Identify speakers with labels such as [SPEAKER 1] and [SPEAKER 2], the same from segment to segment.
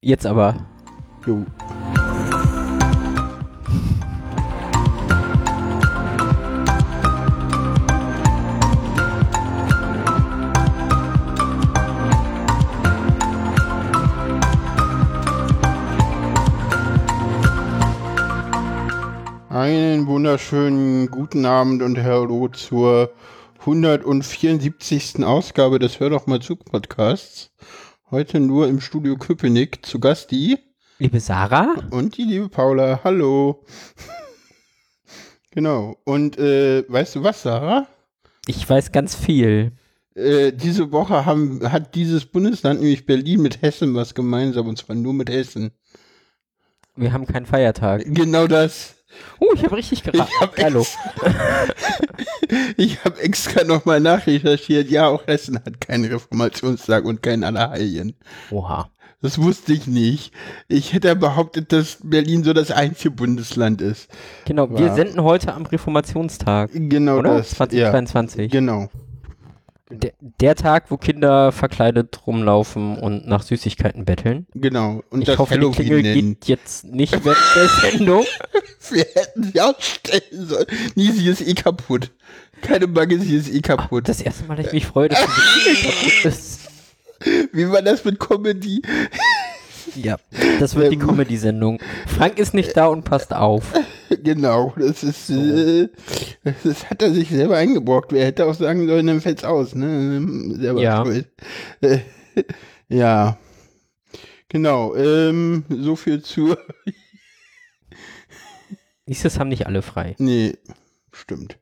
[SPEAKER 1] Jetzt aber.
[SPEAKER 2] Jo. Einen wunderschönen guten Abend und hallo zur 174. Ausgabe des Hör doch mal zu Podcasts. Heute nur im Studio Köpenick zu Gast die
[SPEAKER 1] Liebe Sarah?
[SPEAKER 2] und die liebe Paula. Hallo. genau. Und äh, weißt du was, Sarah?
[SPEAKER 1] Ich weiß ganz viel.
[SPEAKER 2] Äh, diese Woche haben, hat dieses Bundesland, nämlich Berlin, mit Hessen was gemeinsam und zwar nur mit Hessen.
[SPEAKER 1] Wir haben keinen Feiertag.
[SPEAKER 2] Genau das.
[SPEAKER 1] Oh, ich habe richtig geraten.
[SPEAKER 2] Ich hab
[SPEAKER 1] Hallo.
[SPEAKER 2] Ich habe extra nochmal nachrecherchiert. Ja, auch Hessen hat keinen Reformationstag und keinen Allerheiligen.
[SPEAKER 1] Oha.
[SPEAKER 2] Das wusste ich nicht. Ich hätte behauptet, dass Berlin so das einzige Bundesland ist.
[SPEAKER 1] Genau, wir
[SPEAKER 2] Ja.
[SPEAKER 1] senden heute am Reformationstag,
[SPEAKER 2] Genau
[SPEAKER 1] oder?
[SPEAKER 2] das. Ja,
[SPEAKER 1] 2022.
[SPEAKER 2] genau.
[SPEAKER 1] Der, der Tag, wo Kinder verkleidet rumlaufen und nach Süßigkeiten betteln.
[SPEAKER 2] Genau. Und
[SPEAKER 1] ich
[SPEAKER 2] das
[SPEAKER 1] hoffe, die
[SPEAKER 2] Halloween
[SPEAKER 1] Klingel
[SPEAKER 2] nennen.
[SPEAKER 1] geht jetzt nicht während der Sendung.
[SPEAKER 2] Wir hätten sie ausstellen sollen. Nee, sie ist eh kaputt. Keine Bange, sie ist eh kaputt.
[SPEAKER 1] Das erste Mal, dass ich mich freue, dass die Klingel kaputt ist.
[SPEAKER 2] Wie war das mit Comedy?
[SPEAKER 1] Ja, das wird die Comedy-Sendung. Frank ist nicht da und passt auf.
[SPEAKER 2] genau. Das ist, äh, das hat er sich selber eingebrockt. Wer hätte auch sagen sollen, dann fällt's aus, ne? Selber
[SPEAKER 1] Ja.
[SPEAKER 2] schuld. Äh, ja. Genau. Ähm, so viel zu
[SPEAKER 1] Nächstes haben nicht alle frei.
[SPEAKER 2] Nee, stimmt.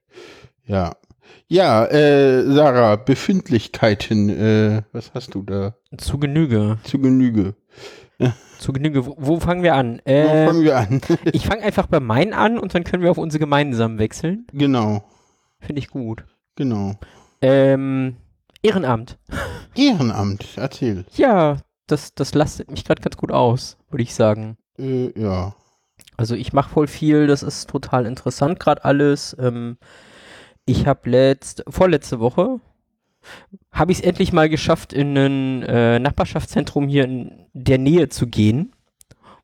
[SPEAKER 2] Ja. Ja, äh, Sarah, Befindlichkeiten, äh, was hast du da?
[SPEAKER 1] Zu Genüge.
[SPEAKER 2] Zu Genüge.
[SPEAKER 1] Zu Genüge. Wo, wo fangen wir an?
[SPEAKER 2] Wo
[SPEAKER 1] Äh,
[SPEAKER 2] fangen wir an?
[SPEAKER 1] ich fange einfach bei meinen an und dann können wir auf unsere gemeinsamen wechseln.
[SPEAKER 2] genau,
[SPEAKER 1] Finde ich gut.
[SPEAKER 2] genau.
[SPEAKER 1] Ähm, Ehrenamt.
[SPEAKER 2] Ehrenamt, erzähl.
[SPEAKER 1] Ja, das, das lastet mich gerade ganz gut aus, würde ich sagen.
[SPEAKER 2] Äh, ja.
[SPEAKER 1] Also ich mache voll viel, das ist total interessant gerade alles. Ähm, ich habe letzt, vorletzte Woche, habe ich es endlich mal geschafft, in ein äh, Nachbarschaftszentrum hier in der Nähe zu gehen,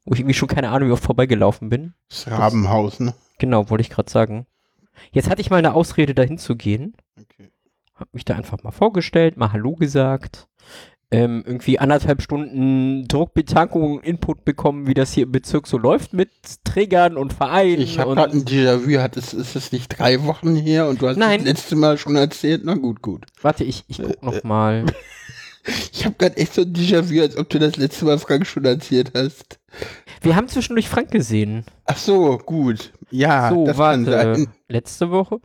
[SPEAKER 1] wo ich irgendwie schon keine Ahnung, wie oft vorbeigelaufen bin.
[SPEAKER 2] Das Rabenhaus, ne?
[SPEAKER 1] Genau, wollte ich gerade sagen. Jetzt hatte ich mal eine Ausrede, dahin zu gehen.
[SPEAKER 2] Okay.
[SPEAKER 1] Hab mich da einfach mal vorgestellt, mal Hallo gesagt. Ähm, irgendwie anderthalb Stunden Druckbetankung, Input bekommen, wie das hier im Bezirk so läuft mit Trägern und Vereinen.
[SPEAKER 2] Ich habe
[SPEAKER 1] und
[SPEAKER 2] gerade ein Déjà-vu, hat es, ist es nicht drei Wochen her und du hast
[SPEAKER 1] Nein.
[SPEAKER 2] das letzte Mal schon erzählt? Na gut, gut.
[SPEAKER 1] Warte, ich, ich guck noch mal.
[SPEAKER 2] Ich habe gerade echt so ein Déjà-vu, als ob du das letzte Mal Frank schon erzählt hast.
[SPEAKER 1] Wir haben zwischendurch Frank gesehen.
[SPEAKER 2] Ach so, gut. Ja,
[SPEAKER 1] so,
[SPEAKER 2] Ah, das kann
[SPEAKER 1] warte. Mhm.
[SPEAKER 2] sein.
[SPEAKER 1] Letzte Woche?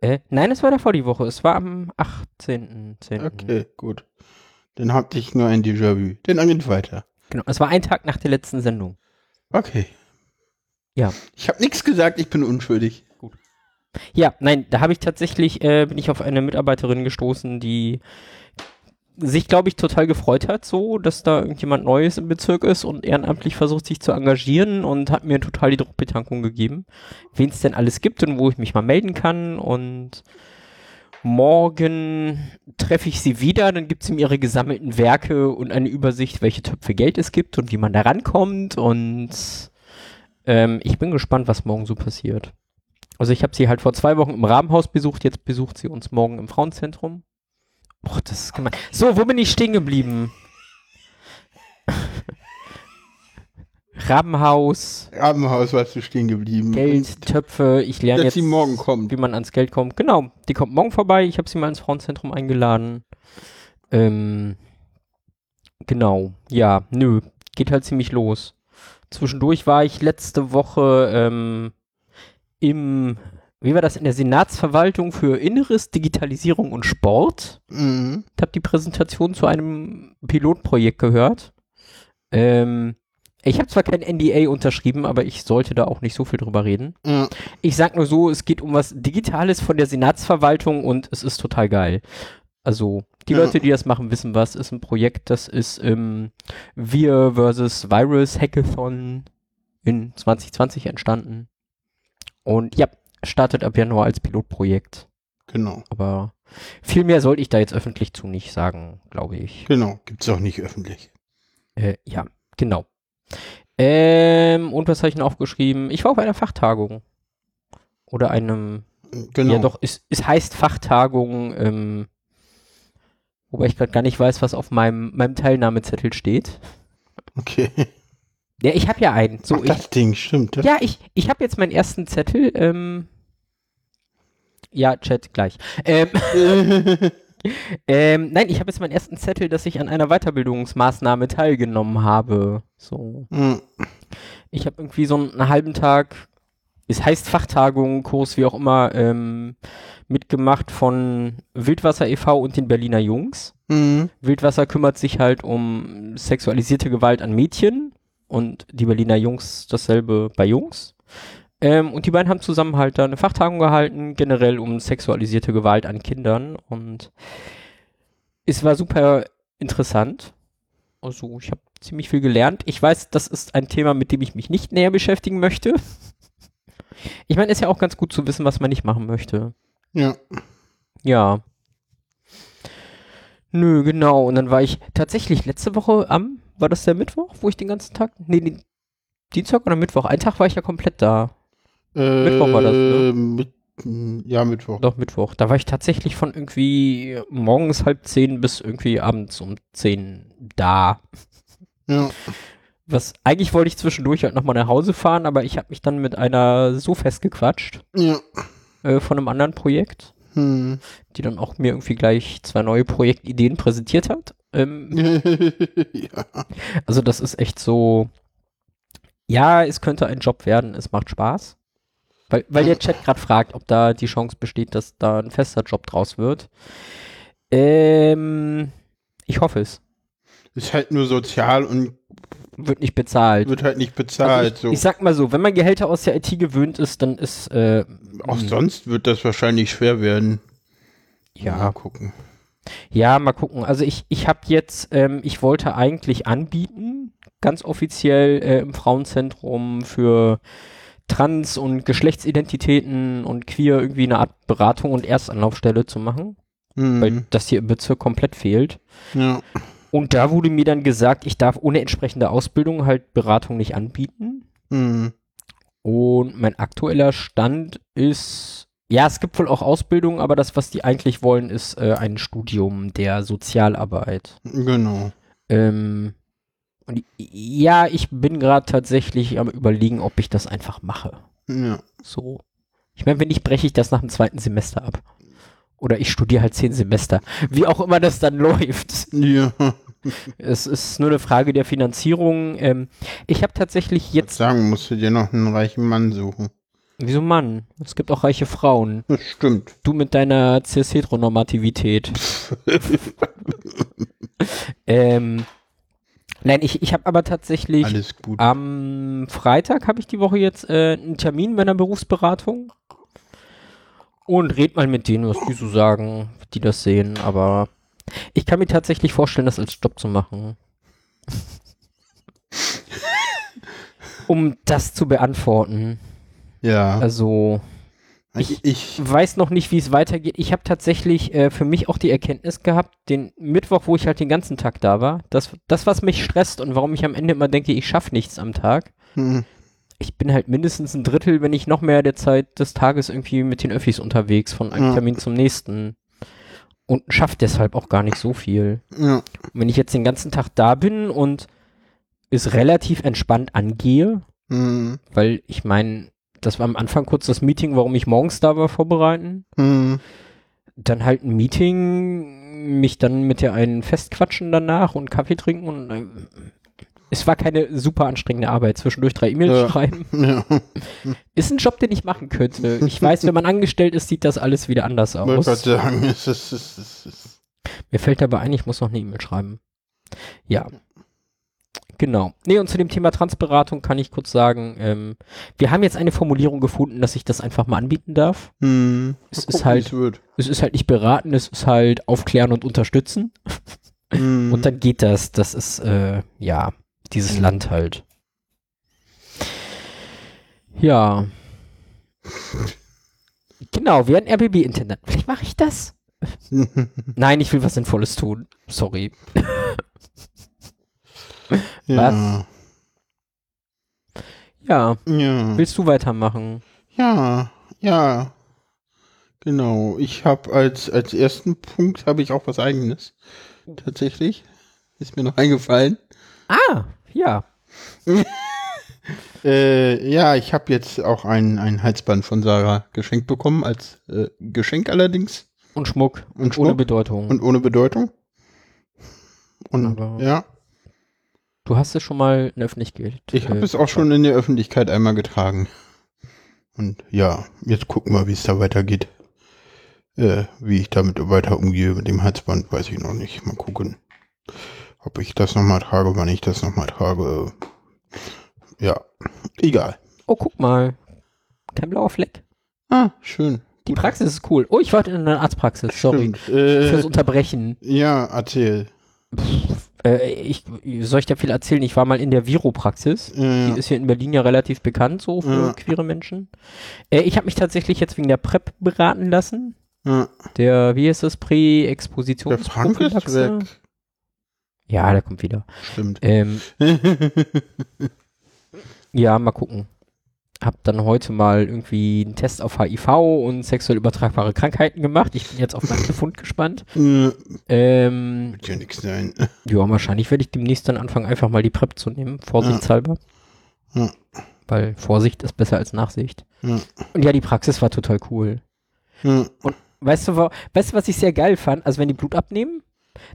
[SPEAKER 1] Äh, nein, es war davor die Woche. Es war am 18.10.
[SPEAKER 2] Okay, gut. Dann hab ich nur ein Déjà-vu. Dann geht weiter.
[SPEAKER 1] Genau, es war ein Tag nach der letzten Sendung.
[SPEAKER 2] Okay.
[SPEAKER 1] Ja.
[SPEAKER 2] Ich habe nichts gesagt, ich bin unschuldig.
[SPEAKER 1] Ja, nein, da habe ich tatsächlich, äh, bin ich auf eine Mitarbeiterin gestoßen, die sich, glaube ich, total gefreut hat, so, dass da irgendjemand Neues im Bezirk ist und ehrenamtlich versucht, sich zu engagieren und hat mir total die Druckbetankung gegeben, wen es denn alles gibt und wo ich mich mal melden kann und morgen treffe ich sie wieder, dann gibt sie mir ihre gesammelten Werke und eine Übersicht, welche Töpfe Geld es gibt und wie man da rankommt und ähm, ich bin gespannt, was morgen so passiert. Also ich habe sie halt vor zwei Wochen im Rahmenhaus besucht, jetzt besucht sie uns morgen im Frauenzentrum. Boah, das ist gemein. So, wo bin ich stehen geblieben? Rahmenhaus,
[SPEAKER 2] Rabenhaus warst du stehen geblieben.
[SPEAKER 1] Geld, Töpfe, ich lerne
[SPEAKER 2] Dass
[SPEAKER 1] jetzt,
[SPEAKER 2] sie morgen kommt.
[SPEAKER 1] wie man ans Geld kommt. Genau, die kommt morgen vorbei, ich habe sie mal ins Frauenzentrum eingeladen. Ähm, genau, ja, nö, geht halt ziemlich los. Zwischendurch war ich letzte Woche ähm, im, wie war das, in der Senatsverwaltung für Inneres, Digitalisierung und Sport.
[SPEAKER 2] Mhm.
[SPEAKER 1] Ich habe die Präsentation zu einem Pilotprojekt gehört. Ähm, ich habe zwar kein NDA unterschrieben, aber ich sollte da auch nicht so viel drüber reden.
[SPEAKER 2] Ja.
[SPEAKER 1] Ich sag nur so, es geht um was Digitales von der Senatsverwaltung und es ist total geil. Also, die
[SPEAKER 2] Ja.
[SPEAKER 1] Leute, die das machen, wissen was. Ist ein Projekt, das ist im Wir versus Virus Hackathon in 2020 entstanden. Und ja, startet ab Januar als Pilotprojekt.
[SPEAKER 2] Genau,
[SPEAKER 1] Aber viel mehr sollte ich da jetzt öffentlich zu nicht sagen, glaube ich.
[SPEAKER 2] genau. Gibt's auch nicht öffentlich.
[SPEAKER 1] Äh, ja, Genau. Ähm, und was habe ich noch aufgeschrieben? Ich war auf einer Fachtagung. Oder einem,
[SPEAKER 2] Genau.
[SPEAKER 1] ja doch, es, es heißt Fachtagung, ähm, wobei ich gerade gar nicht weiß, was auf meinem, meinem Teilnahmezettel steht.
[SPEAKER 2] Okay.
[SPEAKER 1] Ja, ich habe ja einen. So,
[SPEAKER 2] Ach,
[SPEAKER 1] ich,
[SPEAKER 2] das Ding, stimmt. Das,
[SPEAKER 1] Ja, ich, ich habe jetzt meinen ersten Zettel. Ähm, ja, Chat gleich. Ähm, ähm, nein, ich habe jetzt meinen ersten Zettel, dass ich an einer Weiterbildungsmaßnahme teilgenommen habe. So,
[SPEAKER 2] Hm,
[SPEAKER 1] ich habe irgendwie so einen halben Tag, es heißt Fachtagung, Kurs, wie auch immer, ähm, mitgemacht von Wildwasser e.V. und den Berliner Jungs.
[SPEAKER 2] hm,
[SPEAKER 1] Wildwasser kümmert sich halt um sexualisierte Gewalt an Mädchen und die Berliner Jungs dasselbe bei Jungs. Ähm, und die beiden haben zusammen halt da eine Fachtagung gehalten, generell um sexualisierte Gewalt an Kindern. Und es war super interessant. Also ich habe ziemlich viel gelernt. Ich weiß, das ist ein Thema, mit dem ich mich nicht näher beschäftigen möchte. Ich meine, ist ja auch ganz gut zu wissen, was man nicht machen möchte.
[SPEAKER 2] ja.
[SPEAKER 1] Ja. Nö, genau. Und dann war ich tatsächlich letzte Woche am, war das der Mittwoch, wo ich den ganzen Tag, nee, den Dienstag oder Mittwoch, einen Tag war ich ja komplett da. Mittwoch war das, ne?
[SPEAKER 2] Äh, Mit, hm, ja, Mittwoch.
[SPEAKER 1] Doch, Mittwoch. Da war ich tatsächlich von irgendwie morgens halb zehn bis irgendwie abends um zehn da.
[SPEAKER 2] Ja.
[SPEAKER 1] Was, eigentlich wollte ich zwischendurch halt nochmal nach Hause fahren, aber ich habe mich dann mit einer so festgequatscht
[SPEAKER 2] ja.
[SPEAKER 1] äh, von einem anderen Projekt,
[SPEAKER 2] Hm.
[SPEAKER 1] die dann auch mir irgendwie gleich zwei neue Projektideen präsentiert hat. Ähm,
[SPEAKER 2] ja.
[SPEAKER 1] Also das ist echt so, ja, es könnte ein Job werden, es macht Spaß. Weil, weil der Chat gerade fragt, ob da die Chance besteht, dass da ein fester Job draus wird. Ähm, ich hoffe es.
[SPEAKER 2] Ist halt nur sozial und
[SPEAKER 1] Wird nicht bezahlt.
[SPEAKER 2] wird halt nicht
[SPEAKER 1] Also
[SPEAKER 2] bezahlt.
[SPEAKER 1] ich,
[SPEAKER 2] so.
[SPEAKER 1] ich sag mal so, wenn man Gehälter aus der IT gewöhnt ist, dann ist, äh,
[SPEAKER 2] Auch sonst wird das wahrscheinlich schwer werden. Mal
[SPEAKER 1] ja,
[SPEAKER 2] gucken.
[SPEAKER 1] ja, mal gucken. Also ich, ich habe jetzt, ähm, ich wollte eigentlich anbieten, ganz offiziell äh, im Frauenzentrum für Trans- und Geschlechtsidentitäten und Queer irgendwie eine Art Beratung und Erstanlaufstelle zu machen, weil
[SPEAKER 2] Hm.
[SPEAKER 1] das hier im Bezirk komplett fehlt.
[SPEAKER 2] Ja.
[SPEAKER 1] Und da wurde mir dann gesagt, ich darf ohne entsprechende Ausbildung halt Beratung nicht anbieten.
[SPEAKER 2] Hm.
[SPEAKER 1] Und mein aktueller Stand ist, ja, es gibt wohl auch Ausbildung, aber das, was die eigentlich wollen, ist äh, ein Studium der Sozialarbeit.
[SPEAKER 2] Genau.
[SPEAKER 1] Ähm, und i- ja, ich bin gerade tatsächlich am überlegen, ob ich das einfach mache.
[SPEAKER 2] Ja.
[SPEAKER 1] So. Ich meine, wenn nicht, breche ich das nach dem zweiten Semester ab. Oder ich studiere halt zehn Semester. Wie auch immer das dann läuft.
[SPEAKER 2] Ja.
[SPEAKER 1] Es ist nur eine Frage der Finanzierung. Ähm, ich habe tatsächlich jetzt.
[SPEAKER 2] Sagen musst du dir noch einen reichen Mann suchen.
[SPEAKER 1] Wieso Mann? Es gibt auch reiche Frauen.
[SPEAKER 2] Das stimmt.
[SPEAKER 1] Du mit deiner cis-heteronormativität. ähm, nein, ich, ich habe aber tatsächlich.
[SPEAKER 2] Alles gut.
[SPEAKER 1] Am Freitag habe ich die Woche jetzt äh, einen Termin bei einer Berufsberatung und red mal mit denen, was die so sagen, die das sehen. Aber ich kann mir tatsächlich vorstellen, das als Job zu machen. um das zu beantworten.
[SPEAKER 2] Ja.
[SPEAKER 1] Also
[SPEAKER 2] ich, ich,
[SPEAKER 1] weiß noch nicht, wie es weitergeht. Ich habe tatsächlich äh, für mich auch die Erkenntnis gehabt, den Mittwoch, wo ich halt den ganzen Tag da war, das, das was mich stresst und warum ich am Ende immer denke, ich schaffe nichts am Tag,
[SPEAKER 2] hm.
[SPEAKER 1] ich bin halt mindestens ein Drittel, wenn nicht noch mehr der Zeit des Tages irgendwie mit den Öffis unterwegs, von einem
[SPEAKER 2] Ja.
[SPEAKER 1] Termin zum nächsten. Und schafft deshalb auch gar nicht so viel.
[SPEAKER 2] ja.
[SPEAKER 1] Und wenn ich jetzt den ganzen Tag da bin und es relativ entspannt angehe,
[SPEAKER 2] Hm.
[SPEAKER 1] weil ich meine, das war am Anfang kurz das Meeting, warum ich morgens da war, vorbereiten.
[SPEAKER 2] Hm.
[SPEAKER 1] Dann halt ein Meeting, mich dann mit der einen festquatschen danach und Kaffee trinken und äh, es war keine super anstrengende Arbeit. Zwischendurch drei E-Mails
[SPEAKER 2] Ja.
[SPEAKER 1] schreiben.
[SPEAKER 2] Ja.
[SPEAKER 1] Ist ein Job, den ich machen könnte. Ich weiß, wenn man angestellt ist, sieht das alles wieder anders
[SPEAKER 2] Wollte gerade
[SPEAKER 1] aus.
[SPEAKER 2] sagen, es ist, es ist, es ist.
[SPEAKER 1] Mir fällt aber ein, ich muss noch eine E-Mail schreiben. Ja. Genau. Nee, und zu dem Thema Transberatung kann ich kurz sagen, ähm, wir haben jetzt eine Formulierung gefunden, dass ich das einfach mal anbieten darf.
[SPEAKER 2] Hm.
[SPEAKER 1] Es
[SPEAKER 2] Mal
[SPEAKER 1] ist
[SPEAKER 2] gucken,
[SPEAKER 1] halt-
[SPEAKER 2] wie es wird.
[SPEAKER 1] Es ist halt nicht beraten, es ist halt aufklären und unterstützen.
[SPEAKER 2] Hm.
[SPEAKER 1] Und dann geht das. Das ist, äh, ja, dieses
[SPEAKER 2] Mhm.
[SPEAKER 1] Land halt. Ja. Genau, wir ein RBB-Intendant. Vielleicht mache ich das. Nein, ich will was Sinnvolles tun. Sorry.
[SPEAKER 2] Ja.
[SPEAKER 1] Ja,
[SPEAKER 2] Ja.
[SPEAKER 1] willst du weitermachen?
[SPEAKER 2] Ja, ja. Genau. Ich habe als, als ersten Punkt habe ich auch was eigenes. Tatsächlich. Ist mir noch eingefallen.
[SPEAKER 1] Ah, ja.
[SPEAKER 2] Äh, ja, ich habe jetzt auch ein, ein Halsband von Sarah geschenkt bekommen, als äh, Geschenk allerdings.
[SPEAKER 1] Und Schmuck.
[SPEAKER 2] Und
[SPEAKER 1] Ohne
[SPEAKER 2] Schmuck.
[SPEAKER 1] Bedeutung.
[SPEAKER 2] Und ohne Bedeutung. Und
[SPEAKER 1] Aber-
[SPEAKER 2] ja,
[SPEAKER 1] du hast es schon mal in Öffentlichkeit.
[SPEAKER 2] ich habe
[SPEAKER 1] äh,
[SPEAKER 2] es auch schon in der Öffentlichkeit einmal getragen. Und ja, jetzt gucken wir, wie es da weitergeht. Äh, wie ich damit weiter umgehe mit dem Halsband, weiß ich noch nicht. Mal gucken, ob ich das nochmal trage, wann ich das nochmal trage. Ja, egal.
[SPEAKER 1] Oh, guck mal. Kein blauer Fleck.
[SPEAKER 2] Ah, schön.
[SPEAKER 1] Die Praxis ist cool. Oh, ich war heute in einer Arztpraxis. Sorry.
[SPEAKER 2] Stimmt. Äh,
[SPEAKER 1] Fürs Unterbrechen.
[SPEAKER 2] ja, erzähl.
[SPEAKER 1] Äh, ich, soll ich da viel erzählen? Ich war mal in der Viropraxis.
[SPEAKER 2] Äh,
[SPEAKER 1] Die ist hier in Berlin ja relativ bekannt, so für
[SPEAKER 2] Ja.
[SPEAKER 1] queere Menschen. Äh, ich habe mich tatsächlich jetzt wegen der PrEP beraten lassen.
[SPEAKER 2] ja,
[SPEAKER 1] Der, wie ist das,
[SPEAKER 2] der Frank ist weg.
[SPEAKER 1] Prä-Expositionsprophylaxe? Ja, der kommt wieder.
[SPEAKER 2] Stimmt. Äh,
[SPEAKER 1] Ähm, ja, mal gucken. Hab dann heute mal irgendwie einen Test auf HIV und sexuell übertragbare Krankheiten gemacht. Ich bin jetzt auf meinen Befund gespannt.
[SPEAKER 2] Äh,
[SPEAKER 1] Ähm,
[SPEAKER 2] Wird ja nichts sein.
[SPEAKER 1] Ja, wahrscheinlich werde ich demnächst dann anfangen, einfach mal die PrEP zu nehmen, vorsichtshalber.
[SPEAKER 2] Ja.
[SPEAKER 1] Weil Vorsicht ist besser als Nachsicht.
[SPEAKER 2] Ja.
[SPEAKER 1] Und ja, die Praxis war total cool.
[SPEAKER 2] Ja,
[SPEAKER 1] Weißt du, wa- weißt du, was ich sehr geil fand? Also wenn die Blut abnehmen,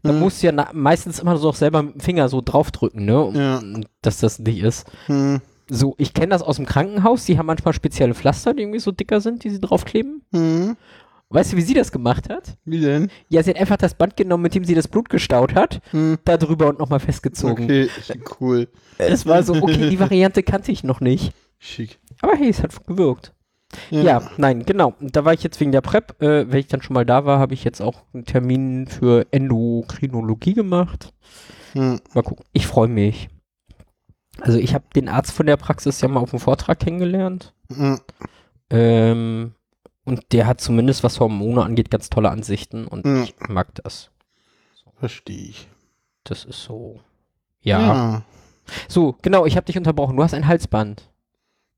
[SPEAKER 1] dann
[SPEAKER 2] Mhm.
[SPEAKER 1] musst du ja na- meistens immer so auch selber mit dem Finger so draufdrücken, ne? Um,
[SPEAKER 2] Ja. hm.
[SPEAKER 1] Dass das nicht ist.
[SPEAKER 2] ja,
[SPEAKER 1] So, ich kenne das aus dem Krankenhaus, die haben manchmal spezielle Pflaster, die irgendwie so dicker sind, die sie draufkleben.
[SPEAKER 2] ja.
[SPEAKER 1] Weißt du, wie sie das gemacht hat?
[SPEAKER 2] Hm? Wie denn?
[SPEAKER 1] Ja, sie hat einfach das Band genommen, mit dem sie das Blut gestaut hat,
[SPEAKER 2] Hm.
[SPEAKER 1] da drüber und nochmal festgezogen.
[SPEAKER 2] Okay, schick, cool.
[SPEAKER 1] Es war so, okay, die Variante kannte ich noch nicht.
[SPEAKER 2] Schick. Hm.
[SPEAKER 1] Aber hey, es hat gewirkt.
[SPEAKER 2] Mhm.
[SPEAKER 1] Ja, nein, genau. Und Da war ich jetzt wegen der PrEP. Äh, wenn ich dann schon mal da war, habe ich jetzt auch einen Termin für Endokrinologie gemacht.
[SPEAKER 2] Ja,
[SPEAKER 1] Mal gucken. Ich freue mich. Also ich habe den Arzt von der Praxis ja mal auf dem Vortrag kennengelernt.
[SPEAKER 2] ja,
[SPEAKER 1] Ähm, und der hat zumindest, was Hormone angeht, ganz tolle Ansichten. Und
[SPEAKER 2] Ja.
[SPEAKER 1] ich mag das.
[SPEAKER 2] verstehe hm. ich.
[SPEAKER 1] Das ist so. Ja.
[SPEAKER 2] ja.
[SPEAKER 1] So, genau, ich habe dich unterbrochen. Du hast ein Halsband.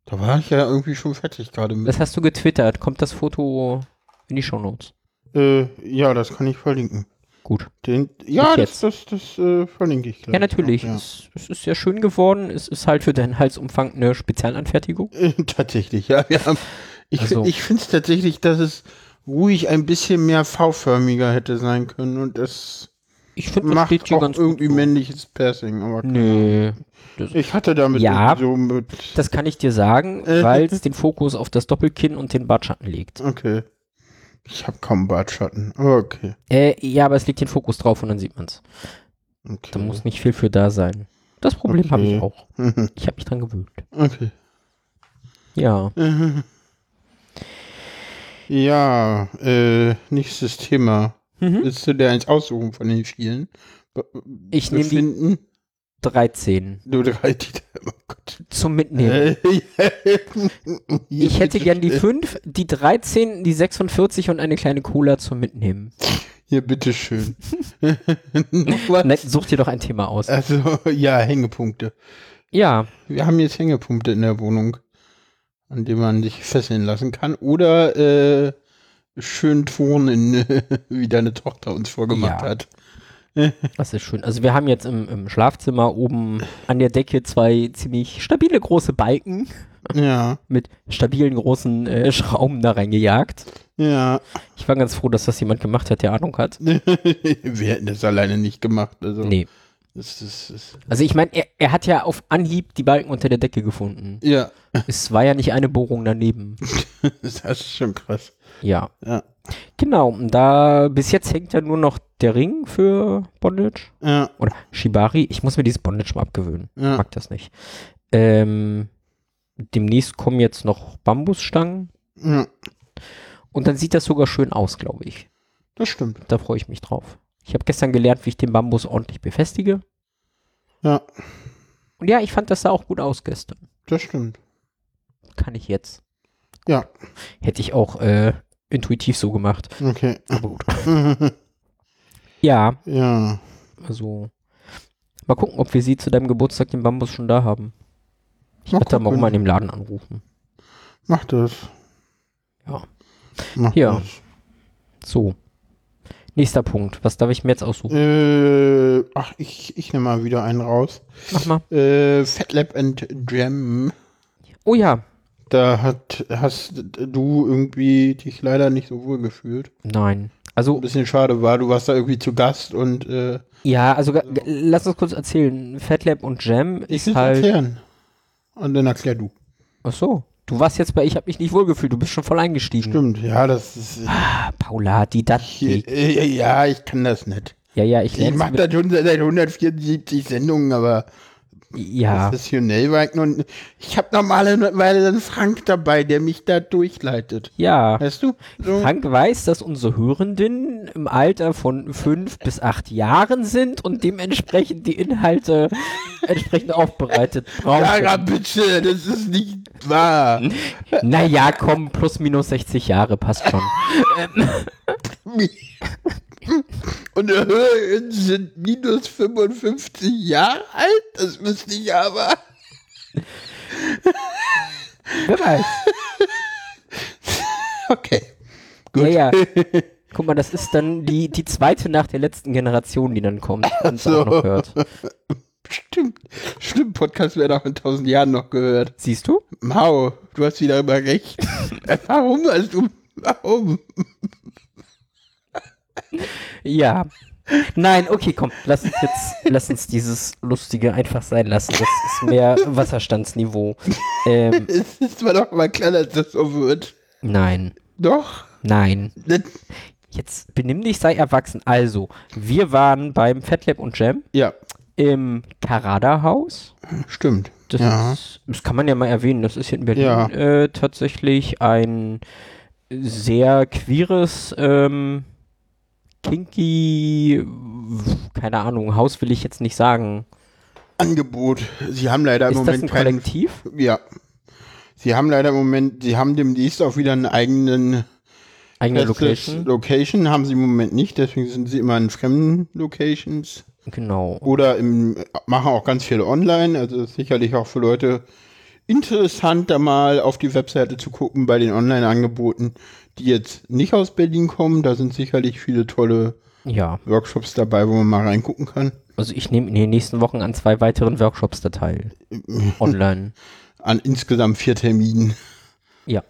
[SPEAKER 2] Da war ich ja irgendwie schon fertig gerade mit.
[SPEAKER 1] Das hast du getwittert. Kommt das Foto in die Shownotes?
[SPEAKER 2] Äh, ja, das kann ich verlinken.
[SPEAKER 1] Gut.
[SPEAKER 2] Den, ja,
[SPEAKER 1] Ich
[SPEAKER 2] das,
[SPEAKER 1] jetzt.
[SPEAKER 2] das, das äh, verlinke ich gleich.
[SPEAKER 1] Ja, natürlich.
[SPEAKER 2] Ja.
[SPEAKER 1] Es, es ist sehr schön geworden. Es ist halt für deinen Halsumfang eine Spezialanfertigung.
[SPEAKER 2] Äh, tatsächlich, ja. Wir haben, ich
[SPEAKER 1] Also-
[SPEAKER 2] ich finde es tatsächlich, dass es ruhig ein bisschen mehr V-förmiger hätte sein können und das
[SPEAKER 1] Ich finde, das
[SPEAKER 2] macht
[SPEAKER 1] steht hier
[SPEAKER 2] auch
[SPEAKER 1] ganz
[SPEAKER 2] irgendwie
[SPEAKER 1] gut. so.
[SPEAKER 2] männliches Passing. Aber
[SPEAKER 1] Nö.
[SPEAKER 2] ich hatte damit
[SPEAKER 1] Ja.
[SPEAKER 2] irgendwie so mit.
[SPEAKER 1] Das kann ich dir sagen,
[SPEAKER 2] Äh.
[SPEAKER 1] weil es den Fokus auf das Doppelkinn und den Bartschatten legt.
[SPEAKER 2] Okay. Ich habe kaum Bartschatten. aber Okay.
[SPEAKER 1] Äh, ja, aber es legt den Fokus drauf und dann sieht man's.
[SPEAKER 2] okay.
[SPEAKER 1] Da muss nicht viel für da sein. Das Problem habe ich
[SPEAKER 2] Mhm. Okay.
[SPEAKER 1] auch.
[SPEAKER 2] Mhm.
[SPEAKER 1] Ich habe mich dran gewöhnt.
[SPEAKER 2] okay.
[SPEAKER 1] Ja.
[SPEAKER 2] Mhm. Ja, äh, nächstes Thema.
[SPEAKER 1] Mhm.
[SPEAKER 2] Willst du dir eins aussuchen von den vielen? Be-
[SPEAKER 1] Ich nehm die-
[SPEAKER 2] befinden?
[SPEAKER 1] 13.
[SPEAKER 2] Du drei, die oh Gott.
[SPEAKER 1] Zum
[SPEAKER 2] Äh,
[SPEAKER 1] Mitnehmen. Ich hätte gern die 5, die 13, die 46 und eine kleine Cola zum Mitnehmen.
[SPEAKER 2] Hier, bitteschön. Noch was?
[SPEAKER 1] Ne, Such dir doch ein Thema aus.
[SPEAKER 2] Also, ja, Hängepunkte.
[SPEAKER 1] Ja,
[SPEAKER 2] Wir haben jetzt Hängepunkte in der Wohnung, an denen man sich fesseln lassen kann. Oder äh, schön turnen, wie deine Tochter uns vorgemacht
[SPEAKER 1] Ja.
[SPEAKER 2] hat.
[SPEAKER 1] das ist schön. Also wir haben jetzt im, im Schlafzimmer oben an der Decke zwei ziemlich stabile große Balken
[SPEAKER 2] Ja,
[SPEAKER 1] mit stabilen großen äh, Schrauben da reingejagt.
[SPEAKER 2] ja.
[SPEAKER 1] Ich war ganz froh, dass das jemand gemacht hat, der Ahnung hat.
[SPEAKER 2] Wir hätten das alleine nicht gemacht. Also,
[SPEAKER 1] Nee.
[SPEAKER 2] das, das, das,
[SPEAKER 1] Also ich meine, er, er hat ja auf Anhieb die Balken unter der Decke gefunden.
[SPEAKER 2] ja,
[SPEAKER 1] Es war ja nicht eine Bohrung daneben.
[SPEAKER 2] das ist schon krass.
[SPEAKER 1] Ja.
[SPEAKER 2] Ja.
[SPEAKER 1] Genau, und da bis jetzt hängt ja nur noch der Ring für Bondage.
[SPEAKER 2] Ja,
[SPEAKER 1] Oder Shibari, ich muss mir dieses Bondage mal abgewöhnen.
[SPEAKER 2] ja.
[SPEAKER 1] mag das nicht. Ähm, demnächst kommen jetzt noch Bambusstangen
[SPEAKER 2] ja
[SPEAKER 1] und dann sieht das sogar schön aus, glaube ich.
[SPEAKER 2] das stimmt.
[SPEAKER 1] Da freue ich mich drauf. Ich habe gestern gelernt, wie ich den Bambus ordentlich befestige.
[SPEAKER 2] Ja,
[SPEAKER 1] Und ja, ich fand, das sah auch gut aus gestern.
[SPEAKER 2] das stimmt.
[SPEAKER 1] Kann ich jetzt.
[SPEAKER 2] Ja,
[SPEAKER 1] Hätte ich auch äh, intuitiv so gemacht.
[SPEAKER 2] okay.
[SPEAKER 1] Aber gut. Ja,
[SPEAKER 2] ja,
[SPEAKER 1] also. Mal gucken, ob wir sie zu deinem Geburtstag den Bambus schon da haben. Ich
[SPEAKER 2] Mal
[SPEAKER 1] werde da morgen
[SPEAKER 2] gucken.
[SPEAKER 1] mal in dem Laden anrufen.
[SPEAKER 2] Mach das.
[SPEAKER 1] Ja.
[SPEAKER 2] Mach
[SPEAKER 1] Ja.
[SPEAKER 2] das.
[SPEAKER 1] So. Nächster Punkt. Was darf ich mir jetzt aussuchen?
[SPEAKER 2] Äh, ach, ich, ich nehme mal wieder einen raus.
[SPEAKER 1] Mach mal.
[SPEAKER 2] Äh, FatLab and Jam.
[SPEAKER 1] Oh ja.
[SPEAKER 2] Da hat, hast du irgendwie dich leider nicht so wohl gefühlt.
[SPEAKER 1] Nein. Also
[SPEAKER 2] Ein bisschen schade war, du warst da irgendwie zu Gast und äh,
[SPEAKER 1] Ja, also ga- ga- lass uns kurz erzählen. Fatlab und Jam
[SPEAKER 2] ich
[SPEAKER 1] ist
[SPEAKER 2] will
[SPEAKER 1] halt.
[SPEAKER 2] erklären. Und dann erklär du.
[SPEAKER 1] Ach so. Du warst jetzt bei Ich hab mich nicht wohlgefühlt. Du bist schon voll eingestiegen.
[SPEAKER 2] Stimmt, ja, das ist.
[SPEAKER 1] Ah, Paula, die Didaktik.
[SPEAKER 2] Äh, ja, ich kann das nicht.
[SPEAKER 1] Ja, ja, ich
[SPEAKER 2] Ich
[SPEAKER 1] lern's
[SPEAKER 2] mach das schon seit 174 Sendungen, aber
[SPEAKER 1] Ja,
[SPEAKER 2] professionell war ich noch. Ich habe normalerweise einen Frank dabei, der mich da durchleitet.
[SPEAKER 1] ja.
[SPEAKER 2] Weißt du? So.
[SPEAKER 1] Frank weiß, dass unsere Hörenden im Alter von fünf bis acht Jahren sind und dementsprechend die Inhalte entsprechend aufbereitet
[SPEAKER 2] Lara,
[SPEAKER 1] brauchen.
[SPEAKER 2] bitte, das ist nicht wahr.
[SPEAKER 1] Hm? Naja, komm, plus minus 60 Jahre, passt schon.
[SPEAKER 2] Und Höhen sind minus 55 Jahre alt? Das wüsste ich aber.
[SPEAKER 1] Wer weiß.
[SPEAKER 2] Okay.
[SPEAKER 1] Ja, ja. Guck mal, das ist dann die, die zweite nach der letzten Generation, die dann kommt und
[SPEAKER 2] so.
[SPEAKER 1] auch noch hört.
[SPEAKER 2] Stimmt. Stimmt, Podcast wäre doch in 1000 Jahren noch gehört.
[SPEAKER 1] Siehst du?
[SPEAKER 2] Mau, du hast wieder immer recht. Warum hast du. Warum?
[SPEAKER 1] Ja. Nein, okay, komm, lass uns jetzt, lass uns dieses Lustige einfach sein lassen. Das ist mehr Wasserstandsniveau. Ähm,
[SPEAKER 2] Es ist zwar doch mal klar, dass das so wird.
[SPEAKER 1] nein,
[SPEAKER 2] Doch.
[SPEAKER 1] nein.
[SPEAKER 2] Das,
[SPEAKER 1] Jetzt benimm dich, sei erwachsen. Also, wir waren beim Fatlab und Jam
[SPEAKER 2] ja,
[SPEAKER 1] im Karada-Haus.
[SPEAKER 2] stimmt.
[SPEAKER 1] Das,
[SPEAKER 2] ja.
[SPEAKER 1] ist, das kann man ja mal erwähnen. Das ist hier in Berlin
[SPEAKER 2] Ja.
[SPEAKER 1] äh, tatsächlich ein sehr queeres, ähm, kinky, w- keine Ahnung, Haus will ich jetzt nicht sagen.
[SPEAKER 2] Angebot. Sie haben leider im
[SPEAKER 1] ist das
[SPEAKER 2] Moment
[SPEAKER 1] ein
[SPEAKER 2] keinen
[SPEAKER 1] Kollektiv?
[SPEAKER 2] Ja. Sie haben leider im Moment, sie haben demnächst auch wieder einen eigenen
[SPEAKER 1] Eigene
[SPEAKER 2] festes
[SPEAKER 1] Location?
[SPEAKER 2] Location haben sie im Moment nicht, deswegen sind sie immer in fremden Locations
[SPEAKER 1] Genau.
[SPEAKER 2] oder im, machen auch ganz viel online, also ist sicherlich auch für Leute interessant, da mal auf die Webseite zu gucken bei den Online-Angeboten, die jetzt nicht aus Berlin kommen. Da sind sicherlich viele tolle
[SPEAKER 1] Ja.
[SPEAKER 2] Workshops dabei, wo man mal reingucken kann.
[SPEAKER 1] Also ich nehme in den nächsten Wochen an zwei weiteren Workshops da teil. Online.
[SPEAKER 2] An insgesamt vier Terminen.
[SPEAKER 1] Ja.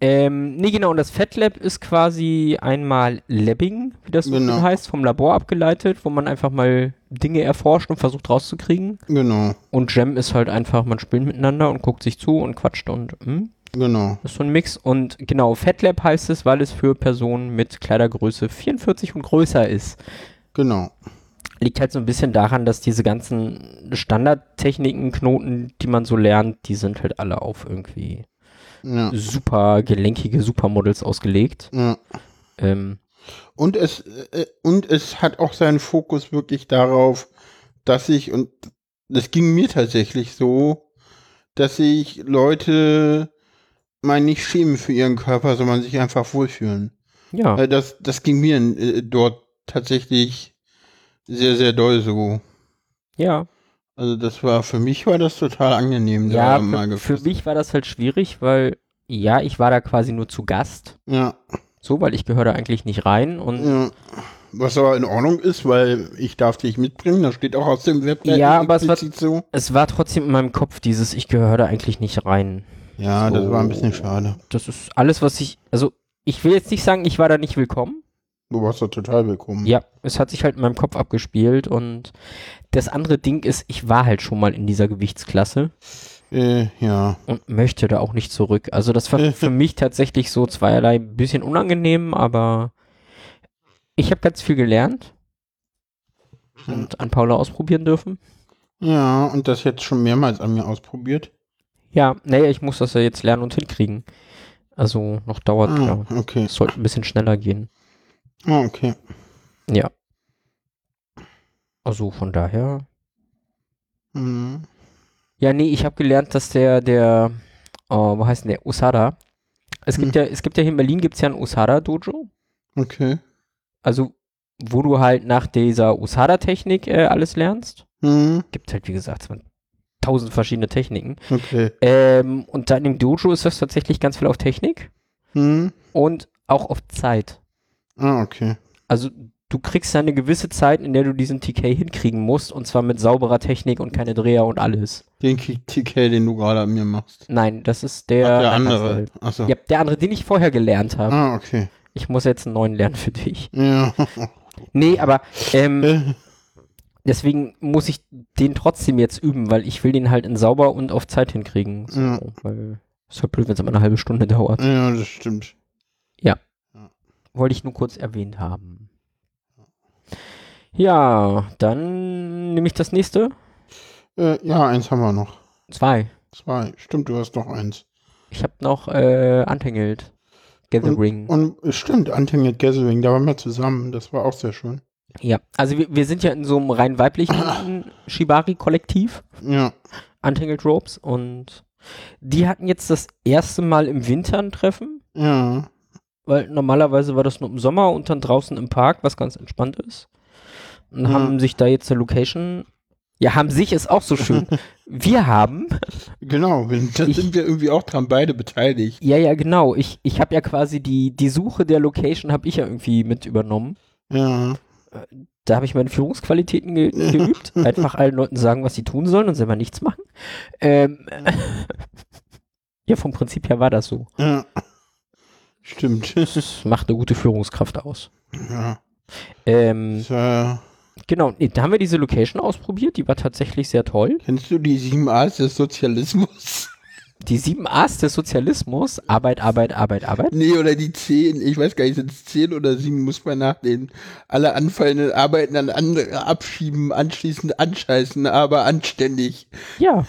[SPEAKER 1] ähm, nee, genau, und das FatLab ist quasi einmal Labbing, wie das so
[SPEAKER 2] Genau.
[SPEAKER 1] schön heißt, vom Labor abgeleitet, wo man einfach mal Dinge erforscht und versucht rauszukriegen.
[SPEAKER 2] Genau,
[SPEAKER 1] Und Jam ist halt einfach, man spielt miteinander und guckt sich zu und quatscht und hm,
[SPEAKER 2] genau.
[SPEAKER 1] ist so ein Mix. Und genau, FatLab heißt es, weil es für Personen mit Kleidergröße 44 und größer ist
[SPEAKER 2] Genau.
[SPEAKER 1] liegt halt so ein bisschen daran, dass diese ganzen Standardtechniken, Knoten, die man so lernt, die sind halt alle auf irgendwie
[SPEAKER 2] Ja.
[SPEAKER 1] super gelenkige Supermodels ausgelegt.
[SPEAKER 2] ja.
[SPEAKER 1] Ähm,
[SPEAKER 2] Und es, äh, und es hat auch seinen Fokus wirklich darauf, dass ich, und das ging mir tatsächlich so, dass sich Leute mal nicht schämen für ihren Körper, sondern sich einfach wohlfühlen.
[SPEAKER 1] ja,
[SPEAKER 2] Äh, Das, das ging mir äh, dort tatsächlich sehr, sehr doll so.
[SPEAKER 1] ja.
[SPEAKER 2] Also das war, für mich war das total angenehm.
[SPEAKER 1] Ja,
[SPEAKER 2] da mal
[SPEAKER 1] für, für
[SPEAKER 2] gefasst.
[SPEAKER 1] mich war das halt schwierig, weil ja, ich war da quasi nur zu Gast.
[SPEAKER 2] Ja,
[SPEAKER 1] So, weil ich gehöre da eigentlich nicht rein und
[SPEAKER 2] ja. Was aber in Ordnung ist, weil ich darf dich mitbringen, das steht auch aus dem Web.
[SPEAKER 1] Ja, aber es war-
[SPEAKER 2] so.
[SPEAKER 1] es war trotzdem in meinem Kopf dieses, ich gehöre da eigentlich nicht rein.
[SPEAKER 2] Ja, das war ein
[SPEAKER 1] So.
[SPEAKER 2] bisschen schade.
[SPEAKER 1] Das ist alles, was ich, also ich will jetzt nicht sagen, ich war da nicht willkommen.
[SPEAKER 2] Du warst doch total willkommen.
[SPEAKER 1] Ja, es hat sich halt in meinem Kopf abgespielt und das andere Ding ist, ich war halt schon mal in dieser Gewichtsklasse
[SPEAKER 2] Äh, ja.
[SPEAKER 1] und möchte da auch nicht zurück. Also das war für mich tatsächlich so zweierlei, ein bisschen unangenehm, aber ich habe ganz viel gelernt und an Paula ausprobieren dürfen.
[SPEAKER 2] Ja, und das jetzt schon mehrmals an mir ausprobiert.
[SPEAKER 1] Ja, naja, ich muss das ja jetzt lernen und hinkriegen. Also noch dauert
[SPEAKER 2] Ah,
[SPEAKER 1] ja.
[SPEAKER 2] okay.
[SPEAKER 1] Es sollte ein bisschen schneller gehen.
[SPEAKER 2] Ah, okay.
[SPEAKER 1] Ja. Also von daher
[SPEAKER 2] Mhm.
[SPEAKER 1] Ja, nee, ich habe gelernt, dass der, der, oh, wo heißt denn der? Osada. Es gibt ja, es gibt ja hier in Berlin gibt's ja ein Osada-Dojo.
[SPEAKER 2] Okay.
[SPEAKER 1] Also, wo du halt nach dieser USADA-Technik äh, alles lernst.
[SPEAKER 2] Hm,
[SPEAKER 1] Gibt halt, wie gesagt, 1000 verschiedene Techniken.
[SPEAKER 2] okay.
[SPEAKER 1] Ähm, und da in dem Dojo ist das tatsächlich ganz viel auf Technik
[SPEAKER 2] Hm,
[SPEAKER 1] und auch auf Zeit.
[SPEAKER 2] ah, okay.
[SPEAKER 1] Also du kriegst da eine gewisse Zeit, in der du diesen TK hinkriegen musst und zwar mit sauberer Technik und keine Dreher und alles.
[SPEAKER 2] Den Kick- TK, den du gerade an mir machst.
[SPEAKER 1] Nein, das ist
[SPEAKER 2] Ach,
[SPEAKER 1] der,
[SPEAKER 2] der andere.
[SPEAKER 1] Reinhardt-Feld.
[SPEAKER 2] Achso.
[SPEAKER 1] Ja, der andere, den ich vorher gelernt habe.
[SPEAKER 2] Ah, okay.
[SPEAKER 1] Ich muss jetzt einen neuen lernen für dich.
[SPEAKER 2] Ja.
[SPEAKER 1] Nee, aber ähm,
[SPEAKER 2] Äh,
[SPEAKER 1] deswegen muss ich den trotzdem jetzt üben, weil ich will den halt in sauber und auf Zeit hinkriegen. So,
[SPEAKER 2] Ja.
[SPEAKER 1] Weil es ist halt blöd, wenn es immer eine halbe Stunde dauert.
[SPEAKER 2] ja, das stimmt.
[SPEAKER 1] Wollte ich nur kurz erwähnt haben. Ja, dann nehme ich das nächste.
[SPEAKER 2] Äh, ja, eins haben wir noch.
[SPEAKER 1] Zwei.
[SPEAKER 2] Zwei. Stimmt, du hast noch eins.
[SPEAKER 1] Ich habe noch äh, Untangled. Gathering.
[SPEAKER 2] Und äh, stimmt, Untamed Gathering, da waren wir zusammen. Das war auch sehr schön.
[SPEAKER 1] ja, also wir, wir sind ja in so einem rein weiblichen Shibari-Kollektiv,
[SPEAKER 2] Ja.
[SPEAKER 1] Untangled Ropes, und die hatten jetzt das erste Mal im Winter ein Treffen,
[SPEAKER 2] Ja.
[SPEAKER 1] weil normalerweise war das nur im Sommer und dann draußen im Park, was ganz entspannt ist. Und
[SPEAKER 2] Ja.
[SPEAKER 1] haben sich da jetzt eine Location. Ja, haben sich ist auch so schön. Wir haben
[SPEAKER 2] Genau, wir- da
[SPEAKER 1] Ich-
[SPEAKER 2] sind wir irgendwie auch dran beide beteiligt.
[SPEAKER 1] Ja, ja, genau. Ich, ich habe ja quasi die, die Suche der Location habe ich ja irgendwie mit übernommen.
[SPEAKER 2] Ja.
[SPEAKER 1] Da habe ich meine Führungsqualitäten ge geübt. Einfach allen Leuten sagen, was sie tun sollen und selber nichts machen. Ähm, ja, vom Prinzip her war das so.
[SPEAKER 2] ja. Stimmt.
[SPEAKER 1] Das macht eine gute Führungskraft aus.
[SPEAKER 2] Ja.
[SPEAKER 1] Ähm,
[SPEAKER 2] Das, äh,
[SPEAKER 1] genau, nee, da haben wir diese Location ausprobiert. Die war tatsächlich sehr toll.
[SPEAKER 2] kennst du die sieben A's des Sozialismus?
[SPEAKER 1] Die sieben A's des Sozialismus. Arbeit, Arbeit, Arbeit, Arbeit.
[SPEAKER 2] Nee, oder die zehn. Ich weiß gar nicht, sind es zehn oder sieben, muss man nachdenken. Alle anfallenden Arbeiten an andere abschieben, anschließend anscheißen, aber anständig.
[SPEAKER 1] Ja,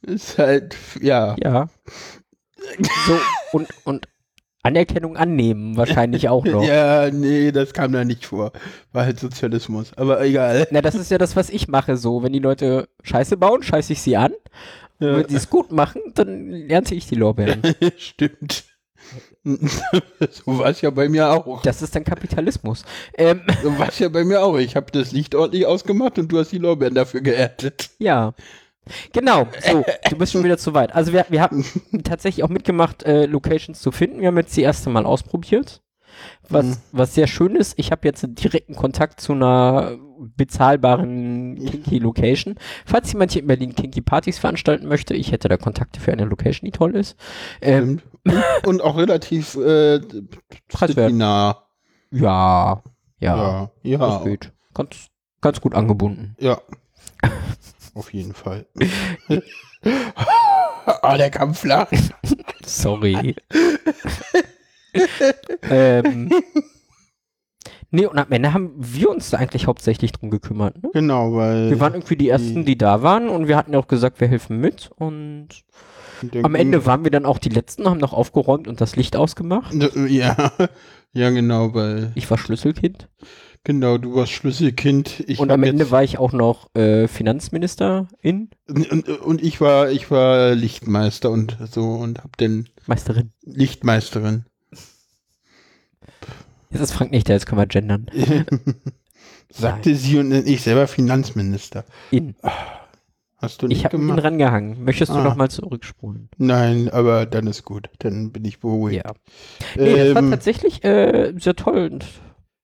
[SPEAKER 2] Ist halt, ja.
[SPEAKER 1] ja. So, und, und Anerkennung annehmen wahrscheinlich auch noch.
[SPEAKER 2] Ja, nee, das kam da nicht vor. War halt Sozialismus, aber egal.
[SPEAKER 1] Na, das ist ja das, was ich mache so. Wenn die Leute Scheiße bauen, scheiße ich sie an. Und
[SPEAKER 2] Ja,
[SPEAKER 1] wenn sie es gut machen, dann ernte ich die Lorbeeren.
[SPEAKER 2] stimmt. so war es ja bei mir auch.
[SPEAKER 1] Das ist dann Kapitalismus. Ähm,
[SPEAKER 2] So war es ja bei mir auch. Ich habe das Licht ordentlich ausgemacht und du hast die Lorbeeren dafür geerntet.
[SPEAKER 1] ja. Genau, so, du bist schon wieder zu weit. Also wir, wir haben tatsächlich auch mitgemacht, äh, Locations zu finden. Wir haben jetzt die erste Mal ausprobiert. Was, was sehr schön ist, ich habe jetzt einen direkten Kontakt zu einer bezahlbaren Kinky-Location. Falls jemand hier in Berlin Kinky-Partys veranstalten möchte, ich hätte da Kontakte für eine Location, die toll ist. Ähm,
[SPEAKER 2] Und, und auch relativ äh,
[SPEAKER 1] Preiswert.
[SPEAKER 2] nah.
[SPEAKER 1] Ja, ja,
[SPEAKER 2] Ja,
[SPEAKER 1] das
[SPEAKER 2] ja, ja,
[SPEAKER 1] geht. Ganz, ganz gut angebunden.
[SPEAKER 2] auf jeden Fall. Ah, der kam flach.
[SPEAKER 1] Sorry.
[SPEAKER 2] Äh.
[SPEAKER 1] ähm. Nee, und am Ende haben wir uns da eigentlich hauptsächlich drum gekümmert. Ne?
[SPEAKER 2] Genau, weil
[SPEAKER 1] Wir waren irgendwie die
[SPEAKER 2] Mhm.
[SPEAKER 1] Ersten, die da waren und wir hatten ja auch gesagt, wir helfen mit. Und
[SPEAKER 2] der-
[SPEAKER 1] am Ende waren wir dann auch die Letzten, haben noch aufgeräumt und das Licht ausgemacht.
[SPEAKER 2] Ne, äh, Ja, ja, genau, weil
[SPEAKER 1] Ich war Schlüsselkind.
[SPEAKER 2] genau, du warst Schlüsselkind. Ich
[SPEAKER 1] und
[SPEAKER 2] hab
[SPEAKER 1] am Ende
[SPEAKER 2] jetzt-
[SPEAKER 1] war ich auch noch äh, Finanzministerin,
[SPEAKER 2] Und, und, und ich war, ich war Lichtmeister und so und hab den
[SPEAKER 1] Meisterin.
[SPEAKER 2] Lichtmeisterin.
[SPEAKER 1] Jetzt ist Frank nicht da, jetzt können wir gendern.
[SPEAKER 2] Sagte sie und ich selber Finanzminister.
[SPEAKER 1] In.
[SPEAKER 2] Hast du nicht
[SPEAKER 1] Ich habe ihn
[SPEAKER 2] gemacht?
[SPEAKER 1] rangehangen. Möchtest du
[SPEAKER 2] Ah.
[SPEAKER 1] nochmal zurückspulen?
[SPEAKER 2] Nein, aber dann ist gut. Dann bin ich beruhigt.
[SPEAKER 1] Ja. Nee, das war
[SPEAKER 2] Ähm,
[SPEAKER 1] tatsächlich äh, sehr toll und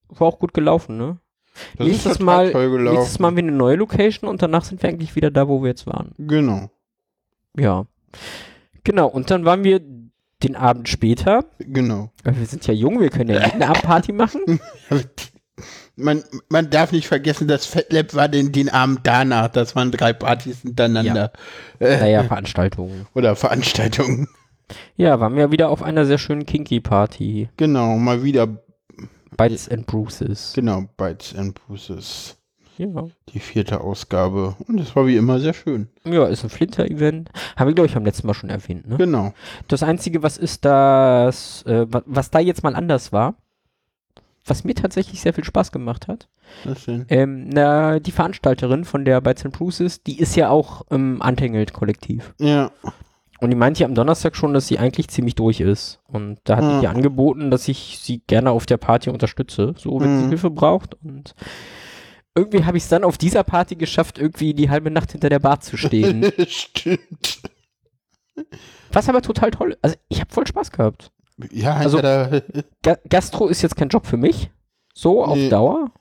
[SPEAKER 1] war auch gut gelaufen, ne?
[SPEAKER 2] das ist
[SPEAKER 1] nächstes
[SPEAKER 2] total
[SPEAKER 1] Mal-
[SPEAKER 2] toll gelaufen.
[SPEAKER 1] Nächstes Mal haben wir eine neue Location und danach sind wir eigentlich wieder da, wo wir jetzt waren.
[SPEAKER 2] Genau,
[SPEAKER 1] Ja. Genau, und dann waren wir den Abend später,
[SPEAKER 2] genau.
[SPEAKER 1] weil wir sind ja jung, wir können ja jeden Abend Party machen.
[SPEAKER 2] Man, man darf nicht vergessen, das FatLab war den, den Abend danach. Das waren drei Partys hintereinander.
[SPEAKER 1] Naja, Veranstaltungen.
[SPEAKER 2] Oder Veranstaltungen.
[SPEAKER 1] Ja, waren wir wieder auf einer sehr schönen Kinky-Party.
[SPEAKER 2] Genau, mal wieder.
[SPEAKER 1] Bites and Bruces.
[SPEAKER 2] Genau, Bites and Bruises.
[SPEAKER 1] Ja.
[SPEAKER 2] Die vierte Ausgabe. Und es war wie immer sehr schön.
[SPEAKER 1] Ja, ist ein Flinter-Event. Haben wir, glaube ich, beim letzten Mal schon erwähnt, ne?
[SPEAKER 2] Genau.
[SPEAKER 1] Das Einzige, was ist das, äh, wa- was da jetzt mal anders war, was mir tatsächlich sehr viel Spaß gemacht hat,
[SPEAKER 2] Was denn?
[SPEAKER 1] ähm, na, die Veranstalterin von der Bites and Bruces, die ist ja auch im Untangled-Kollektiv.
[SPEAKER 2] Ja,
[SPEAKER 1] Und die meinte ja am Donnerstag schon, dass sie eigentlich ziemlich durch ist. Und da hatte
[SPEAKER 2] Hm.
[SPEAKER 1] ich ihr angeboten, dass ich sie gerne auf der Party unterstütze, so wenn sie
[SPEAKER 2] Hm.
[SPEAKER 1] Hilfe braucht. Und irgendwie habe ich es dann auf dieser Party geschafft, irgendwie die halbe Nacht hinter der Bar zu stehen.
[SPEAKER 2] Stimmt.
[SPEAKER 1] Was aber total toll. Also ich habe voll Spaß gehabt.
[SPEAKER 2] Ja,
[SPEAKER 1] Also-
[SPEAKER 2] also, da,
[SPEAKER 1] Ga Gastro ist jetzt kein Job für mich. So auf
[SPEAKER 2] Nee.
[SPEAKER 1] Dauer.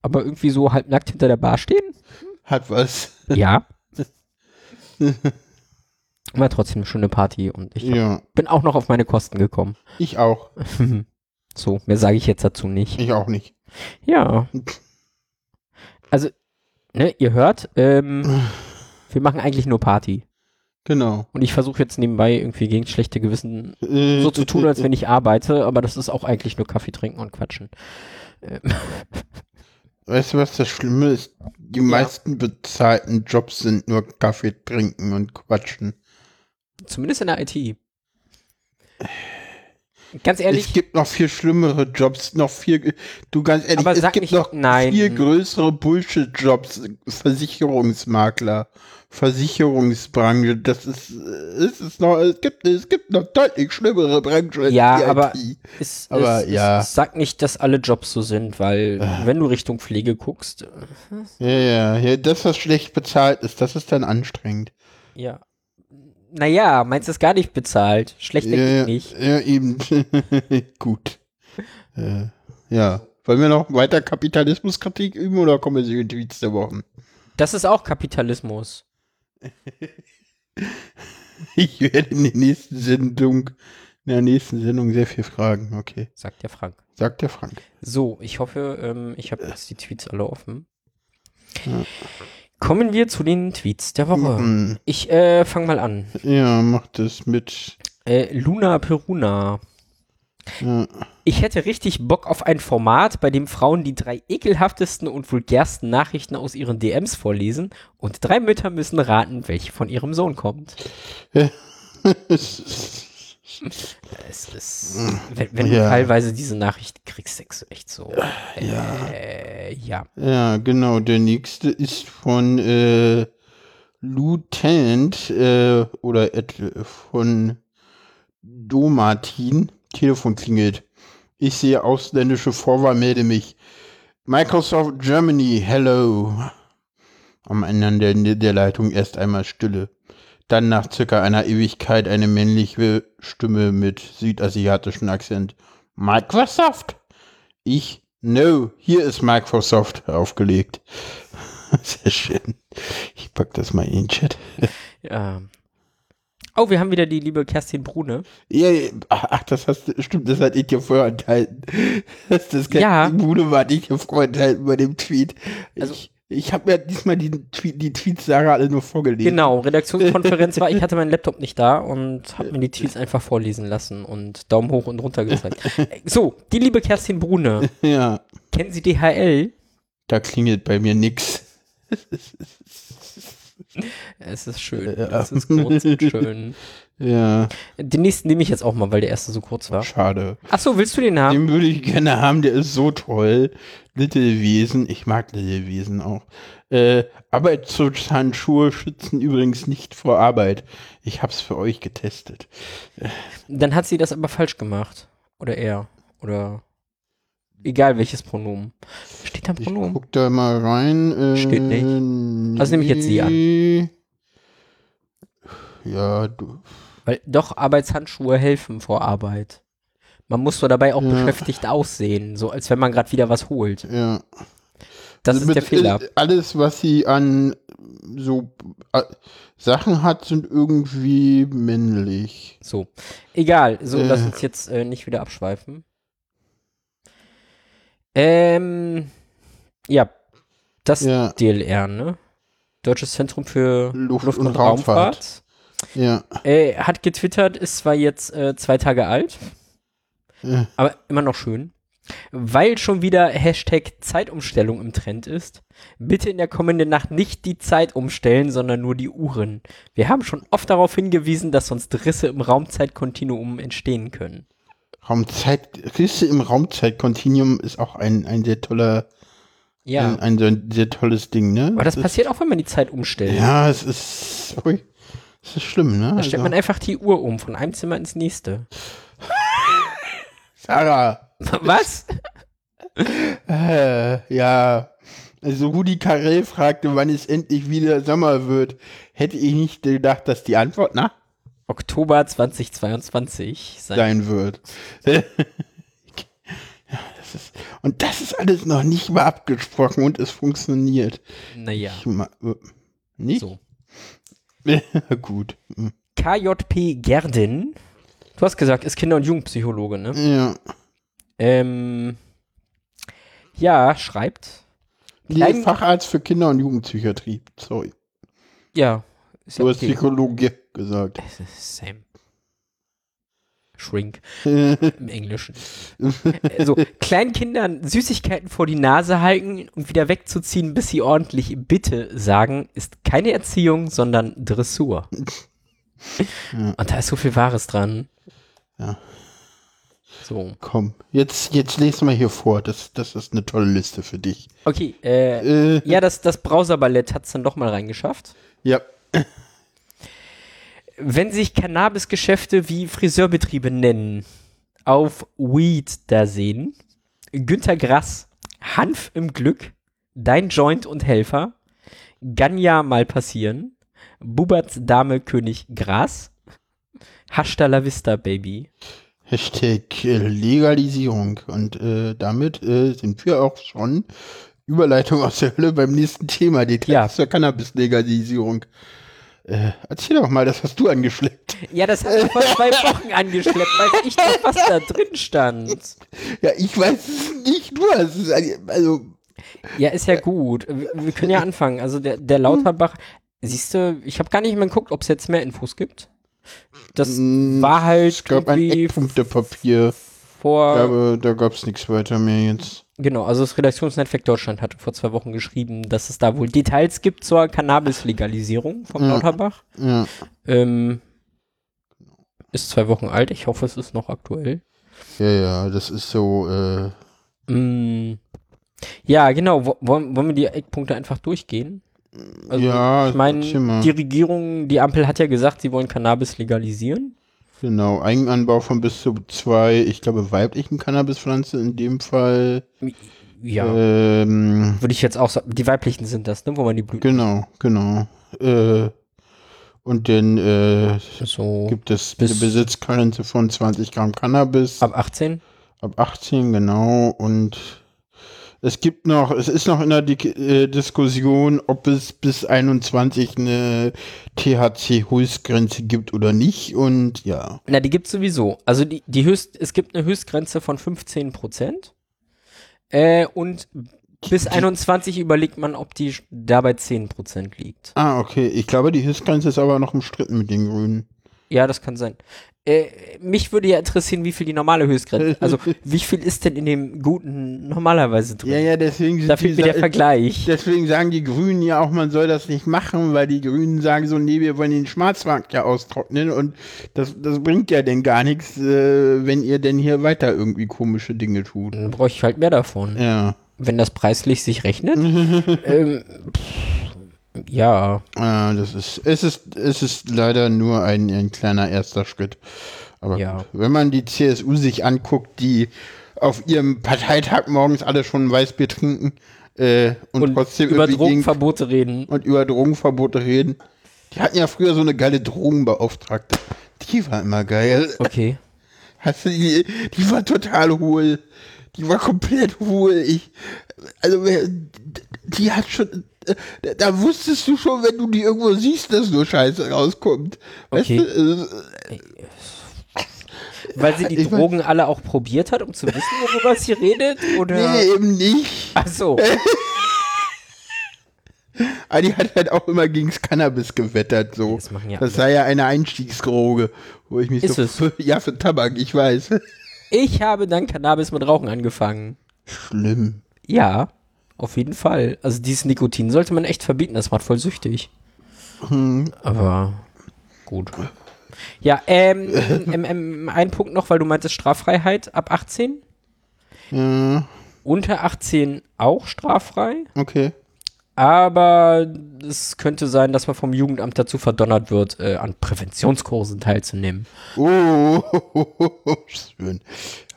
[SPEAKER 1] Aber irgendwie so halbnackt hinter der Bar stehen?
[SPEAKER 2] hat was.
[SPEAKER 1] Ja. War trotzdem eine schöne Party und ich
[SPEAKER 2] Ja,
[SPEAKER 1] bin auch noch auf meine Kosten gekommen.
[SPEAKER 2] ich auch.
[SPEAKER 1] so, mehr sage ich jetzt dazu nicht.
[SPEAKER 2] Ich auch nicht.
[SPEAKER 1] Ja. Also, ne, ihr hört, ähm, wir machen eigentlich nur Party.
[SPEAKER 2] Genau.
[SPEAKER 1] Und ich versuche jetzt nebenbei irgendwie gegen schlechte Gewissen
[SPEAKER 2] Äh,
[SPEAKER 1] so zu tun, als wenn ich arbeite, aber das ist auch eigentlich nur Kaffee trinken und quatschen.
[SPEAKER 2] Weißt du, was das Schlimme ist? Die meisten bezahlten Jobs sind nur Kaffee trinken und quatschen.
[SPEAKER 1] Zumindest in der IT. Ganz ehrlich,
[SPEAKER 2] Es gibt noch viel schlimmere Jobs, noch viel. Du ganz ehrlich,
[SPEAKER 1] Aber
[SPEAKER 2] es
[SPEAKER 1] sag
[SPEAKER 2] gibt
[SPEAKER 1] nicht-
[SPEAKER 2] noch
[SPEAKER 1] nein.
[SPEAKER 2] viel größere Bullshit-Jobs. Versicherungsmakler, Versicherungsbranche. Das ist, es ist noch, es gibt, es gibt noch deutlich schlimmere Branchen. als
[SPEAKER 1] Ja,
[SPEAKER 2] die
[SPEAKER 1] aber-
[SPEAKER 2] IT.
[SPEAKER 1] es,
[SPEAKER 2] aber
[SPEAKER 1] es,
[SPEAKER 2] ja. Ah.
[SPEAKER 1] es sagt nicht, dass alle Jobs so sind, weil wenn du Richtung Pflege guckst, äh,
[SPEAKER 2] ja, ja, ja, das, was schlecht bezahlt ist, das ist dann anstrengend.
[SPEAKER 1] ja. Naja, meinst du es gar nicht bezahlt? Schlecht denke
[SPEAKER 2] ja,
[SPEAKER 1] ich nicht.
[SPEAKER 2] Ja, eben. Gut. Äh, ja. Wollen wir noch weiter Kapitalismuskritik üben oder kommen wir zu den Tweets der Woche?
[SPEAKER 1] Das ist auch Kapitalismus.
[SPEAKER 2] Ich werde in der nächsten Sendung, in der nächsten Sendung sehr viel fragen. Okay.
[SPEAKER 1] sagt der Frank.
[SPEAKER 2] Sagt der Frank.
[SPEAKER 1] So, ich hoffe, ähm, ich habe jetzt die Tweets alle offen.
[SPEAKER 2] Ja.
[SPEAKER 1] Kommen wir zu den Tweets der Woche.
[SPEAKER 2] Mhm.
[SPEAKER 1] Ich äh, fange mal an.
[SPEAKER 2] Ja, macht es mit.
[SPEAKER 1] Äh, Luna Peruna.
[SPEAKER 2] Ja.
[SPEAKER 1] Ich hätte richtig Bock auf ein Format, bei dem Frauen die drei ekelhaftesten und vulgärsten Nachrichten aus ihren DMs vorlesen und drei Mütter müssen raten, welche von ihrem Sohn kommt. Es ist, wenn, wenn du
[SPEAKER 2] Ja.
[SPEAKER 1] teilweise diese Nachricht kriegst, denkst du echt so. Äh, ja.
[SPEAKER 2] ja, genau. Der nächste ist von äh, Lieutenant äh, oder et, von Domartin. Telefon klingelt. Ich sehe ausländische Vorwahl, melde mich. Microsoft Germany, hello. Am anderen Ende der Leitung erst einmal Stille. Dann nach circa einer Ewigkeit eine männliche Stimme mit südasiatischem Akzent. Microsoft? Ich, no, hier ist Microsoft aufgelegt. Sehr schön. Ich pack das mal in den Chat.
[SPEAKER 1] ja. Ähm. Oh, wir haben wieder die liebe Kerstin Brune.
[SPEAKER 2] Ja, ja, ach, das hast du, stimmt, das hatte ich dir vorher enthalten. Das, das
[SPEAKER 1] Ja.
[SPEAKER 2] Bude war ich dir vorher enthalten bei dem Tweet.
[SPEAKER 1] Also-
[SPEAKER 2] ich ich habe mir diesmal die, Tweet, die Tweets Sarah alle nur vorgelesen.
[SPEAKER 1] Genau, Redaktionskonferenz war, ich hatte meinen Laptop nicht da und habe mir die Tweets einfach vorlesen lassen und Daumen hoch und runter gezeigt. Äh, So, die liebe Kerstin Brune.
[SPEAKER 2] Ja,
[SPEAKER 1] Kennen Sie DHL?
[SPEAKER 2] da klingelt bei mir nix.
[SPEAKER 1] Es ist schön.
[SPEAKER 2] Ja.
[SPEAKER 1] Es ist kurz und schön.
[SPEAKER 2] Ja,
[SPEAKER 1] Den nächsten nehme ich jetzt auch mal, weil der erste so kurz war.
[SPEAKER 2] schade.
[SPEAKER 1] Achso, willst du den haben?
[SPEAKER 2] Den würde ich gerne haben, der ist so toll. Little Wesen, ich mag Little Wesen auch. Äh, Arbeitshandschuhe schützen übrigens nicht vor Arbeit. Ich hab's für euch getestet.
[SPEAKER 1] Dann hat sie das aber falsch gemacht. Oder er. Oder egal welches Pronomen. Steht da
[SPEAKER 2] Ich
[SPEAKER 1] Pronomen?
[SPEAKER 2] guck da mal rein. Äh,
[SPEAKER 1] Steht nicht. Also nehme ich jetzt sie
[SPEAKER 2] an. Ja, du.
[SPEAKER 1] Weil doch Arbeitshandschuhe helfen vor Arbeit. Man muss so dabei auch
[SPEAKER 2] Ja.
[SPEAKER 1] beschäftigt aussehen, so als wenn man gerade wieder was holt.
[SPEAKER 2] Ja.
[SPEAKER 1] Das
[SPEAKER 2] Also
[SPEAKER 1] ist der
[SPEAKER 2] mit-
[SPEAKER 1] Fehler.
[SPEAKER 2] äh, Alles, was sie an so äh, Sachen hat, sind irgendwie männlich.
[SPEAKER 1] So. Egal. So,
[SPEAKER 2] Äh.
[SPEAKER 1] lass uns jetzt äh, nicht wieder abschweifen. Ähm. Ja. Das
[SPEAKER 2] Ja.
[SPEAKER 1] DLR, ne? Deutsches Zentrum für Luft,
[SPEAKER 2] Luft-
[SPEAKER 1] und,
[SPEAKER 2] und
[SPEAKER 1] Raumfahrt.
[SPEAKER 2] Ja.
[SPEAKER 1] Äh, hat getwittert, ist zwar jetzt äh, zwei Tage alt,
[SPEAKER 2] Äh.
[SPEAKER 1] aber immer noch schön. Weil schon wieder Hashtag Zeitumstellung im Trend ist, bitte in der kommenden Nacht nicht die Zeit umstellen, sondern nur die Uhren. Wir haben schon oft darauf hingewiesen, dass sonst Risse im Raumzeitkontinuum entstehen können.
[SPEAKER 2] Raumzeit, Risse im Raumzeitkontinuum ist auch ein, ein sehr toller,
[SPEAKER 1] Ja.
[SPEAKER 2] ein, ein, so ein sehr tolles Ding, ne?
[SPEAKER 1] aber das
[SPEAKER 2] ist,
[SPEAKER 1] passiert auch, wenn man die Zeit umstellt.
[SPEAKER 2] Ja, es ist, ui, Das ist schlimm, ne?
[SPEAKER 1] Da stellt man einfach die Uhr um, von einem Zimmer ins nächste.
[SPEAKER 2] Sarah,
[SPEAKER 1] Was?
[SPEAKER 2] äh, ja. Also Rudi Carell fragte, wann es endlich wieder Sommer wird. Hätte ich nicht gedacht, dass die Antwort na
[SPEAKER 1] Oktober 2022. Sein.
[SPEAKER 2] sein wird. ja, das ist, und das ist alles noch nicht mal abgesprochen und es funktioniert.
[SPEAKER 1] Naja,
[SPEAKER 2] Ich ma- äh, Nicht?
[SPEAKER 1] so.
[SPEAKER 2] Gut.
[SPEAKER 1] KJP Gerden. Du hast gesagt, ist Kinder- und Jugendpsychologe, ne?
[SPEAKER 2] Ja.
[SPEAKER 1] Ähm, ja, schreibt.
[SPEAKER 2] Nee,
[SPEAKER 1] Klein-
[SPEAKER 2] Facharzt für Kinder- und Jugendpsychiatrie. Sorry.
[SPEAKER 1] Ja. Ist ja
[SPEAKER 2] Du hast
[SPEAKER 1] okay.
[SPEAKER 2] Psychologe gesagt.
[SPEAKER 1] Sam. Shrink
[SPEAKER 2] Äh,
[SPEAKER 1] im Englischen. Also Kleinkindern Süßigkeiten vor die Nase halten und wieder wegzuziehen, bis sie ordentlich Bitte sagen, ist keine Erziehung, sondern Dressur.
[SPEAKER 2] Ja.
[SPEAKER 1] Und da ist so viel Wahres dran.
[SPEAKER 2] Ja.
[SPEAKER 1] So.
[SPEAKER 2] Komm, jetzt, jetzt lese mal hier vor. Das, das ist eine tolle Liste für dich.
[SPEAKER 1] Okay, äh,
[SPEAKER 2] Äh,
[SPEAKER 1] ja, das, das Browserballett hat es dann doch mal reingeschafft.
[SPEAKER 2] ja.
[SPEAKER 1] wenn sich Cannabisgeschäfte wie Friseurbetriebe nennen, auf Weed da sehen, Günter Grass, Hanf im Glück, Dein Joint und Helfer, Ganja mal passieren, Buberts Dame König Gras, Hasta la Vista Baby.
[SPEAKER 2] Hashtag äh, Legalisierung. Und äh, damit äh, sind wir auch schon Überleitung aus der Hölle beim nächsten Thema, Details
[SPEAKER 1] Ja.
[SPEAKER 2] zur Cannabis-Legalisierung. Äh, erzähl doch mal, das hast du angeschleppt.
[SPEAKER 1] Ja, das hat mich vor zwei Wochen angeschleppt, weil ich doch was da drin stand.
[SPEAKER 2] Ja, ich weiß es nicht, du hast es. an- Also,
[SPEAKER 1] Ja, ist ja gut. Wir, wir können ja anfangen. Also der, der Lauterbach, siehst du, ich habe gar nicht mehr geguckt, ob es jetzt mehr Infos gibt. Das
[SPEAKER 2] Mm,
[SPEAKER 1] war halt
[SPEAKER 2] es gab ein
[SPEAKER 1] irgendwie
[SPEAKER 2] Eckpunktepapier.
[SPEAKER 1] vor,
[SPEAKER 2] Aber da gab es nichts weiter mehr jetzt.
[SPEAKER 1] genau, also das Redaktionsnetzwerk Deutschland hatte vor zwei Wochen geschrieben, dass es da wohl Details gibt zur Cannabis-Legalisierung vom
[SPEAKER 2] Ja.
[SPEAKER 1] Lauterbach.
[SPEAKER 2] Ja.
[SPEAKER 1] Ähm, ist zwei Wochen alt, ich hoffe, es ist noch aktuell.
[SPEAKER 2] Ja, ja, das ist so, äh,
[SPEAKER 1] Mm. Ja, genau, wo- wollen, wollen wir die Eckpunkte einfach durchgehen? Also,
[SPEAKER 2] ja,
[SPEAKER 1] Ich meine,
[SPEAKER 2] erzähl mal.
[SPEAKER 1] die Regierung, die Ampel hat ja gesagt, sie wollen Cannabis legalisieren.
[SPEAKER 2] genau, Eigenanbau von bis zu zwei, ich glaube, weiblichen Cannabispflanzen in dem Fall.
[SPEAKER 1] Ja.
[SPEAKER 2] Ähm,
[SPEAKER 1] Würde ich jetzt auch sagen. Die weiblichen sind das, ne? Wo man die Blüten.
[SPEAKER 2] genau, genau. Äh, und dann äh,
[SPEAKER 1] So.
[SPEAKER 2] gibt es
[SPEAKER 1] bis-
[SPEAKER 2] eine Besitzgrenze von 20 Gramm Cannabis ab,
[SPEAKER 1] Ab 18?
[SPEAKER 2] 18, genau. Und es gibt noch, es ist noch in der Di äh, Diskussion, ob es bis 21 eine THC-Höchstgrenze gibt oder nicht. Und ja.
[SPEAKER 1] Na, die gibt's sowieso. Also die, die Höchst, es gibt eine Höchstgrenze von 15 Prozent. Äh, und bis 21 überlegt man, ob die da bei 10 Prozent liegt.
[SPEAKER 2] Ah, okay. Ich glaube, die Höchstgrenze ist aber noch umstritten mit den Grünen.
[SPEAKER 1] Ja, das kann sein. Äh, mich würde ja interessieren, wie viel die normale Höchstgrenze. Also, wie viel ist denn in dem guten normalerweise drin?
[SPEAKER 2] ja, deswegen sind
[SPEAKER 1] Da fehlt mir der Vergleich.
[SPEAKER 2] Deswegen sagen die Grünen ja auch, man soll das nicht machen, weil die Grünen sagen so, nee, wir wollen den Schwarzmarkt ja austrocknen und das, das bringt ja denn gar nichts, äh, wenn ihr denn hier weiter irgendwie komische Dinge tut.
[SPEAKER 1] Dann bräuchte ich halt mehr davon.
[SPEAKER 2] Ja,
[SPEAKER 1] Wenn das preislich sich rechnet. ähm, pff, ja.
[SPEAKER 2] äh, das ist, es ist, es ist leider nur ein, ein kleiner erster Schritt. Aber
[SPEAKER 1] Ja.
[SPEAKER 2] gut, wenn man die CSU sich anguckt, die auf ihrem Parteitag morgens alle schon Weißbier trinken äh, und,
[SPEAKER 1] Und
[SPEAKER 2] trotzdem
[SPEAKER 1] über
[SPEAKER 2] irgendwie gegen
[SPEAKER 1] Drogenverbote reden.
[SPEAKER 2] und über Drogenverbote reden. Die hatten ja früher so eine geile Drogenbeauftragte. Die war immer geil.
[SPEAKER 1] Okay.
[SPEAKER 2] Hast du die, die war total hohl. Die war komplett hohl. Ich, also, wer- die hat schon, äh, da, da wusstest du schon, wenn du die irgendwo siehst, dass nur Scheiße rauskommt. Weißt
[SPEAKER 1] Okay.
[SPEAKER 2] du? äh,
[SPEAKER 1] Weil sie die
[SPEAKER 2] Ich mein-
[SPEAKER 1] Drogen alle auch probiert hat, um zu wissen, worüber sie redet? Oder?
[SPEAKER 2] Nee, eben nicht.
[SPEAKER 1] Ach so.
[SPEAKER 2] Aber die hat halt auch immer gegens Cannabis gewettert, so.
[SPEAKER 1] Das machen ja
[SPEAKER 2] das sei ja eine Einstiegsdroge, wo ich mich
[SPEAKER 1] Ist
[SPEAKER 2] so,
[SPEAKER 1] es?
[SPEAKER 2] ja, für Tabak, ich weiß.
[SPEAKER 1] Ich habe dann Cannabis mit Rauchen angefangen.
[SPEAKER 2] Schlimm.
[SPEAKER 1] Ja, auf jeden Fall. Also dieses Nikotin sollte man echt verbieten, das macht voll süchtig.
[SPEAKER 2] Hm.
[SPEAKER 1] Aber gut. Ja, ähm, ähm, ähm, ein Punkt noch, weil du meintest Straffreiheit ab 18.
[SPEAKER 2] Ja,
[SPEAKER 1] Unter 18 auch straffrei.
[SPEAKER 2] okay.
[SPEAKER 1] Aber es könnte sein, dass man vom Jugendamt dazu verdonnert wird, äh, an Präventionskursen teilzunehmen.
[SPEAKER 2] Oh, schön.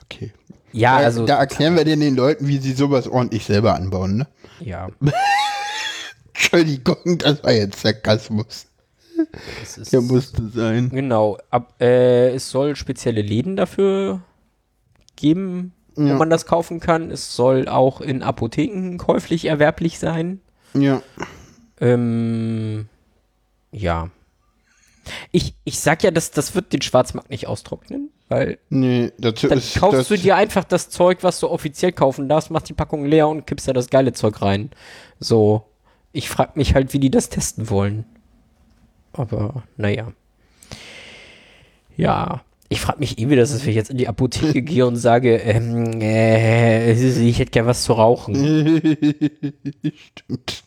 [SPEAKER 2] Okay.
[SPEAKER 1] Ja,
[SPEAKER 2] Da,
[SPEAKER 1] also,
[SPEAKER 2] Äh, da erklären wir denn den Leuten, wie sie sowas ordentlich selber anbauen, ne?
[SPEAKER 1] ja,
[SPEAKER 2] Entschuldigung, das war jetzt Sarkasmus.
[SPEAKER 1] es ist,
[SPEAKER 2] Der musste sein.
[SPEAKER 1] genau, ab, äh, es soll spezielle Läden dafür geben, wo
[SPEAKER 2] Ja.
[SPEAKER 1] man das kaufen kann. Es soll auch in Apotheken käuflich erwerblich sein.
[SPEAKER 2] Ja.
[SPEAKER 1] Ähm, ja. Ich, ich sag ja, das, das wird den Schwarzmarkt nicht austrocknen, weil
[SPEAKER 2] Nee, dazu
[SPEAKER 1] dann
[SPEAKER 2] ist
[SPEAKER 1] kaufst
[SPEAKER 2] das,
[SPEAKER 1] du dir einfach das Zeug, was du offiziell kaufen darfst, machst die Packung leer und kippst da das geile Zeug rein. So. Ich frag mich halt, wie die das testen wollen. Aber, naja. Ja. Ich frag mich eh wieder, dass wenn ich jetzt in die Apotheke gehe und sage, ähm, äh, ich hätte gern was zu rauchen.
[SPEAKER 2] Stimmt.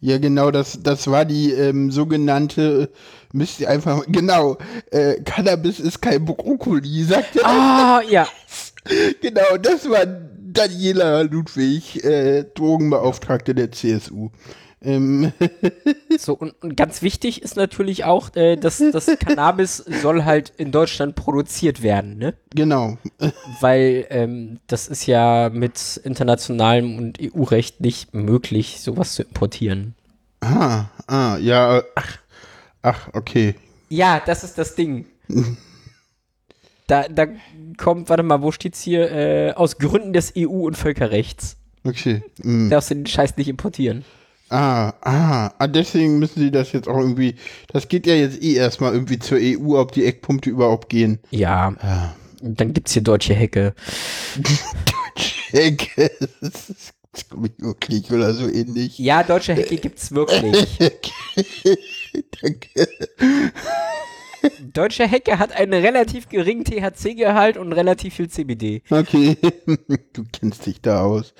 [SPEAKER 2] Ja, genau, das, das war die ähm, sogenannte, müsst ihr einfach, genau, äh, Cannabis ist kein Brokkoli, sagt er.
[SPEAKER 1] Ah, ja.
[SPEAKER 2] Genau, das war Daniela Ludwig, äh, Drogenbeauftragte der CSU. Ähm,
[SPEAKER 1] So, und, und ganz wichtig ist natürlich auch, äh, dass das Cannabis soll halt in Deutschland produziert werden, ne?
[SPEAKER 2] genau,
[SPEAKER 1] Weil ähm, das ist ja mit internationalem und EU-Recht nicht möglich, sowas zu importieren.
[SPEAKER 2] Ah, ah, ja, ach, ach, okay.
[SPEAKER 1] Ja, das ist das Ding. Da, da kommt, warte mal, wo steht's hier? Äh, aus Gründen des EU- und Völkerrechts
[SPEAKER 2] Okay. mm.
[SPEAKER 1] darfst du den Scheiß nicht importieren.
[SPEAKER 2] Ah, ah, ah, deswegen müssen sie das jetzt auch irgendwie. Das geht ja jetzt eh erstmal irgendwie zur EU, ob die Eckpunkte überhaupt gehen.
[SPEAKER 1] Ja,
[SPEAKER 2] Ah.
[SPEAKER 1] dann gibt's hier deutsche Hecke.
[SPEAKER 2] Check. Das ist glaub ich, wirklich oder so ähnlich.
[SPEAKER 1] Ja, deutsche Hecke gibt's wirklich.
[SPEAKER 2] Danke.
[SPEAKER 1] Deutsche Hecke hat einen relativ geringen THC-Gehalt und relativ viel CBD.
[SPEAKER 2] Okay. Du kennst dich da aus.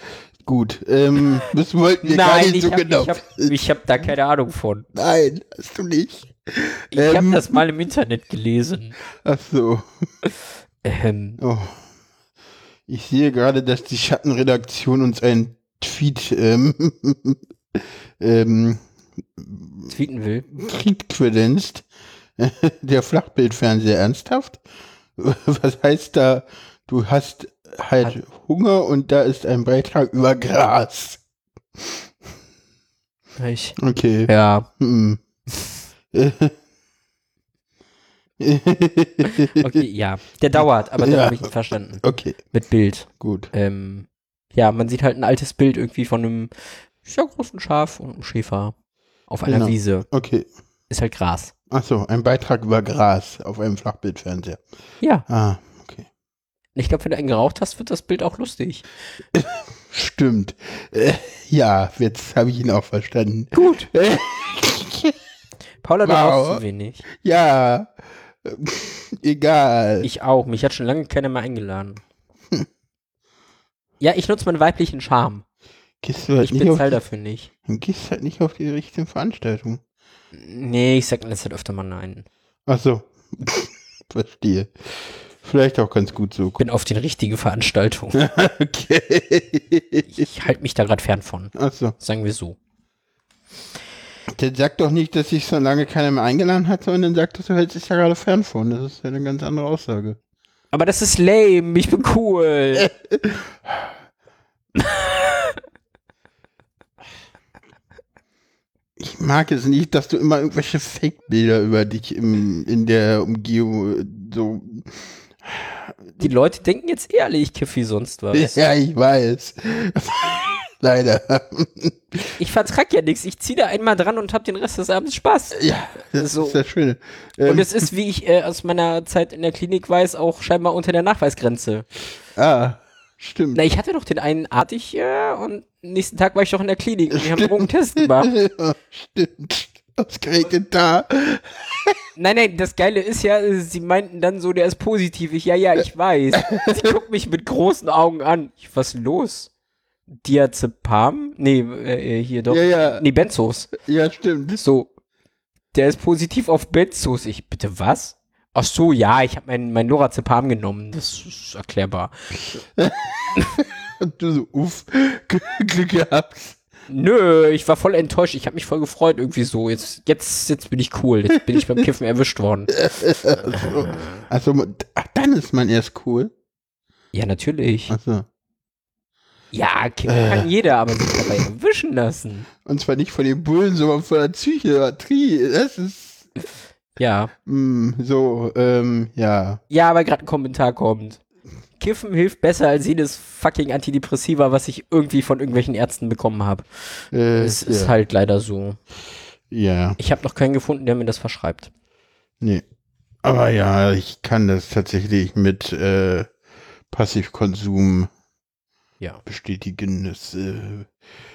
[SPEAKER 2] Gut. Ähm, das wollten wir gar
[SPEAKER 1] Nein,
[SPEAKER 2] nicht
[SPEAKER 1] ich
[SPEAKER 2] so
[SPEAKER 1] habe
[SPEAKER 2] genau.
[SPEAKER 1] ich hab, ich hab da keine Ahnung von.
[SPEAKER 2] Nein, hast du nicht.
[SPEAKER 1] Ich hab
[SPEAKER 2] Ähm.
[SPEAKER 1] habe das mal im Internet gelesen.
[SPEAKER 2] Ach so.
[SPEAKER 1] Ähm,
[SPEAKER 2] Oh. Ich sehe gerade, dass die Schattenredaktion uns einen Tweet, ähm, ähm,
[SPEAKER 1] tweeten will.
[SPEAKER 2] Tweet credenzt. Der Flachbildfernseher ernsthaft? Was heißt da, du hast halt Hunger und da ist ein Beitrag über Gras.
[SPEAKER 1] Ich,
[SPEAKER 2] Okay.
[SPEAKER 1] ja,
[SPEAKER 2] Hm.
[SPEAKER 1] okay, ja. Der dauert, aber den
[SPEAKER 2] Ja.
[SPEAKER 1] habe ich nicht verstanden.
[SPEAKER 2] okay,
[SPEAKER 1] Mit Bild.
[SPEAKER 2] gut.
[SPEAKER 1] Ähm, ja, man sieht halt ein altes Bild irgendwie von einem sehr großen Schaf und einem Schäfer auf einer
[SPEAKER 2] Genau.
[SPEAKER 1] Wiese.
[SPEAKER 2] Okay.
[SPEAKER 1] Ist halt Gras.
[SPEAKER 2] Achso, ein Beitrag über Gras auf einem Flachbildfernseher.
[SPEAKER 1] Ja,
[SPEAKER 2] Ah, okay.
[SPEAKER 1] ich glaube, wenn du einen geraucht hast, wird das Bild auch lustig.
[SPEAKER 2] Stimmt. Äh, ja, jetzt habe ich ihn auch verstanden.
[SPEAKER 1] Gut. Paula, du
[SPEAKER 2] Wow.
[SPEAKER 1] rauchst zu wenig.
[SPEAKER 2] Ja. Ähm, Egal.
[SPEAKER 1] Ich auch. Mich hat schon lange keiner mehr eingeladen. Ja, ich nutze meinen weiblichen Charme.
[SPEAKER 2] gehst du halt
[SPEAKER 1] Ich
[SPEAKER 2] nicht auf,
[SPEAKER 1] bezahle dafür nicht.
[SPEAKER 2] gehst halt nicht auf die richtige Veranstaltung.
[SPEAKER 1] Nee, ich sag in letzter Zeit öfter mal nein.
[SPEAKER 2] Ach so. Verstehe. Vielleicht auch ganz gut so.
[SPEAKER 1] Bin auf den richtigen Veranstaltungen.
[SPEAKER 2] Okay.
[SPEAKER 1] Ich halte mich da gerade fern von.
[SPEAKER 2] Ach so.
[SPEAKER 1] Sagen wir so.
[SPEAKER 2] Dann sag doch nicht, dass ich so lange keiner mehr eingeladen hatte und dann sagt, dass du hältst dich ja gerade fern von. Das ist ja eine ganz andere Aussage.
[SPEAKER 1] Aber das ist lame. Ich bin cool.
[SPEAKER 2] Ich mag es nicht, dass du immer irgendwelche Fake-Bilder über dich im, in der Umgebung so
[SPEAKER 1] Die Leute denken jetzt ehrlich, ich kiff wie sonst was.
[SPEAKER 2] Ja, ich weiß. Leider.
[SPEAKER 1] Ich vertrag ja nichts. Ich ziehe da einmal dran und hab den Rest des Abends Spaß.
[SPEAKER 2] Ja, das
[SPEAKER 1] So.
[SPEAKER 2] ist das Schöne.
[SPEAKER 1] Und
[SPEAKER 2] Ähm,
[SPEAKER 1] es ist, wie ich äh, aus meiner Zeit in der Klinik weiß, auch scheinbar unter der Nachweisgrenze.
[SPEAKER 2] ah, stimmt.
[SPEAKER 1] Na, ich hatte doch den einen artig äh, und nächsten Tag war ich doch in der Klinik und wir haben Drogentest gemacht.
[SPEAKER 2] stimmt. Ausgerechnet da.
[SPEAKER 1] Nein, nein, das Geile ist ja, äh, sie meinten dann so, der ist positiv. Ich, ja, ja, ich weiß. Sie guckt mich mit großen Augen an. Ich, was ist los? Diazepam? Nee, äh, hier doch.
[SPEAKER 2] Ja, ja,
[SPEAKER 1] Nee, Benzos.
[SPEAKER 2] ja, stimmt.
[SPEAKER 1] So, der ist positiv auf Benzos. Ich, bitte was? Ach so, ja, ich habe mein, mein Lorazepam genommen. Das ist erklärbar.
[SPEAKER 2] Und du so, uff, Glück gehabt.
[SPEAKER 1] Nö, ich war voll enttäuscht. Ich habe mich voll gefreut irgendwie so. Jetzt, jetzt, jetzt bin ich cool. Jetzt bin ich beim Kiffen erwischt worden.
[SPEAKER 2] also, also, ach, dann ist man erst cool.
[SPEAKER 1] Ja, natürlich.
[SPEAKER 2] Also.
[SPEAKER 1] Ja, kiffen
[SPEAKER 2] Äh.
[SPEAKER 1] kann jeder, aber sich dabei erwischen lassen.
[SPEAKER 2] Und zwar nicht von den Bullen, sondern von der Psychiatrie. Das ist
[SPEAKER 1] Ja.
[SPEAKER 2] mm, so, ähm, ja.
[SPEAKER 1] Ja, aber gerade ein Kommentar kommt. Kiffen hilft besser als jedes fucking Antidepressiva, was ich irgendwie von irgendwelchen Ärzten bekommen habe.
[SPEAKER 2] Äh,
[SPEAKER 1] Es
[SPEAKER 2] ja.
[SPEAKER 1] ist halt leider so.
[SPEAKER 2] Ja,
[SPEAKER 1] Ich habe noch keinen gefunden, der mir das verschreibt.
[SPEAKER 2] nee. Aber ja, ich kann das tatsächlich mit äh, Passivkonsum
[SPEAKER 1] Ja.
[SPEAKER 2] bestätigen. Das, äh,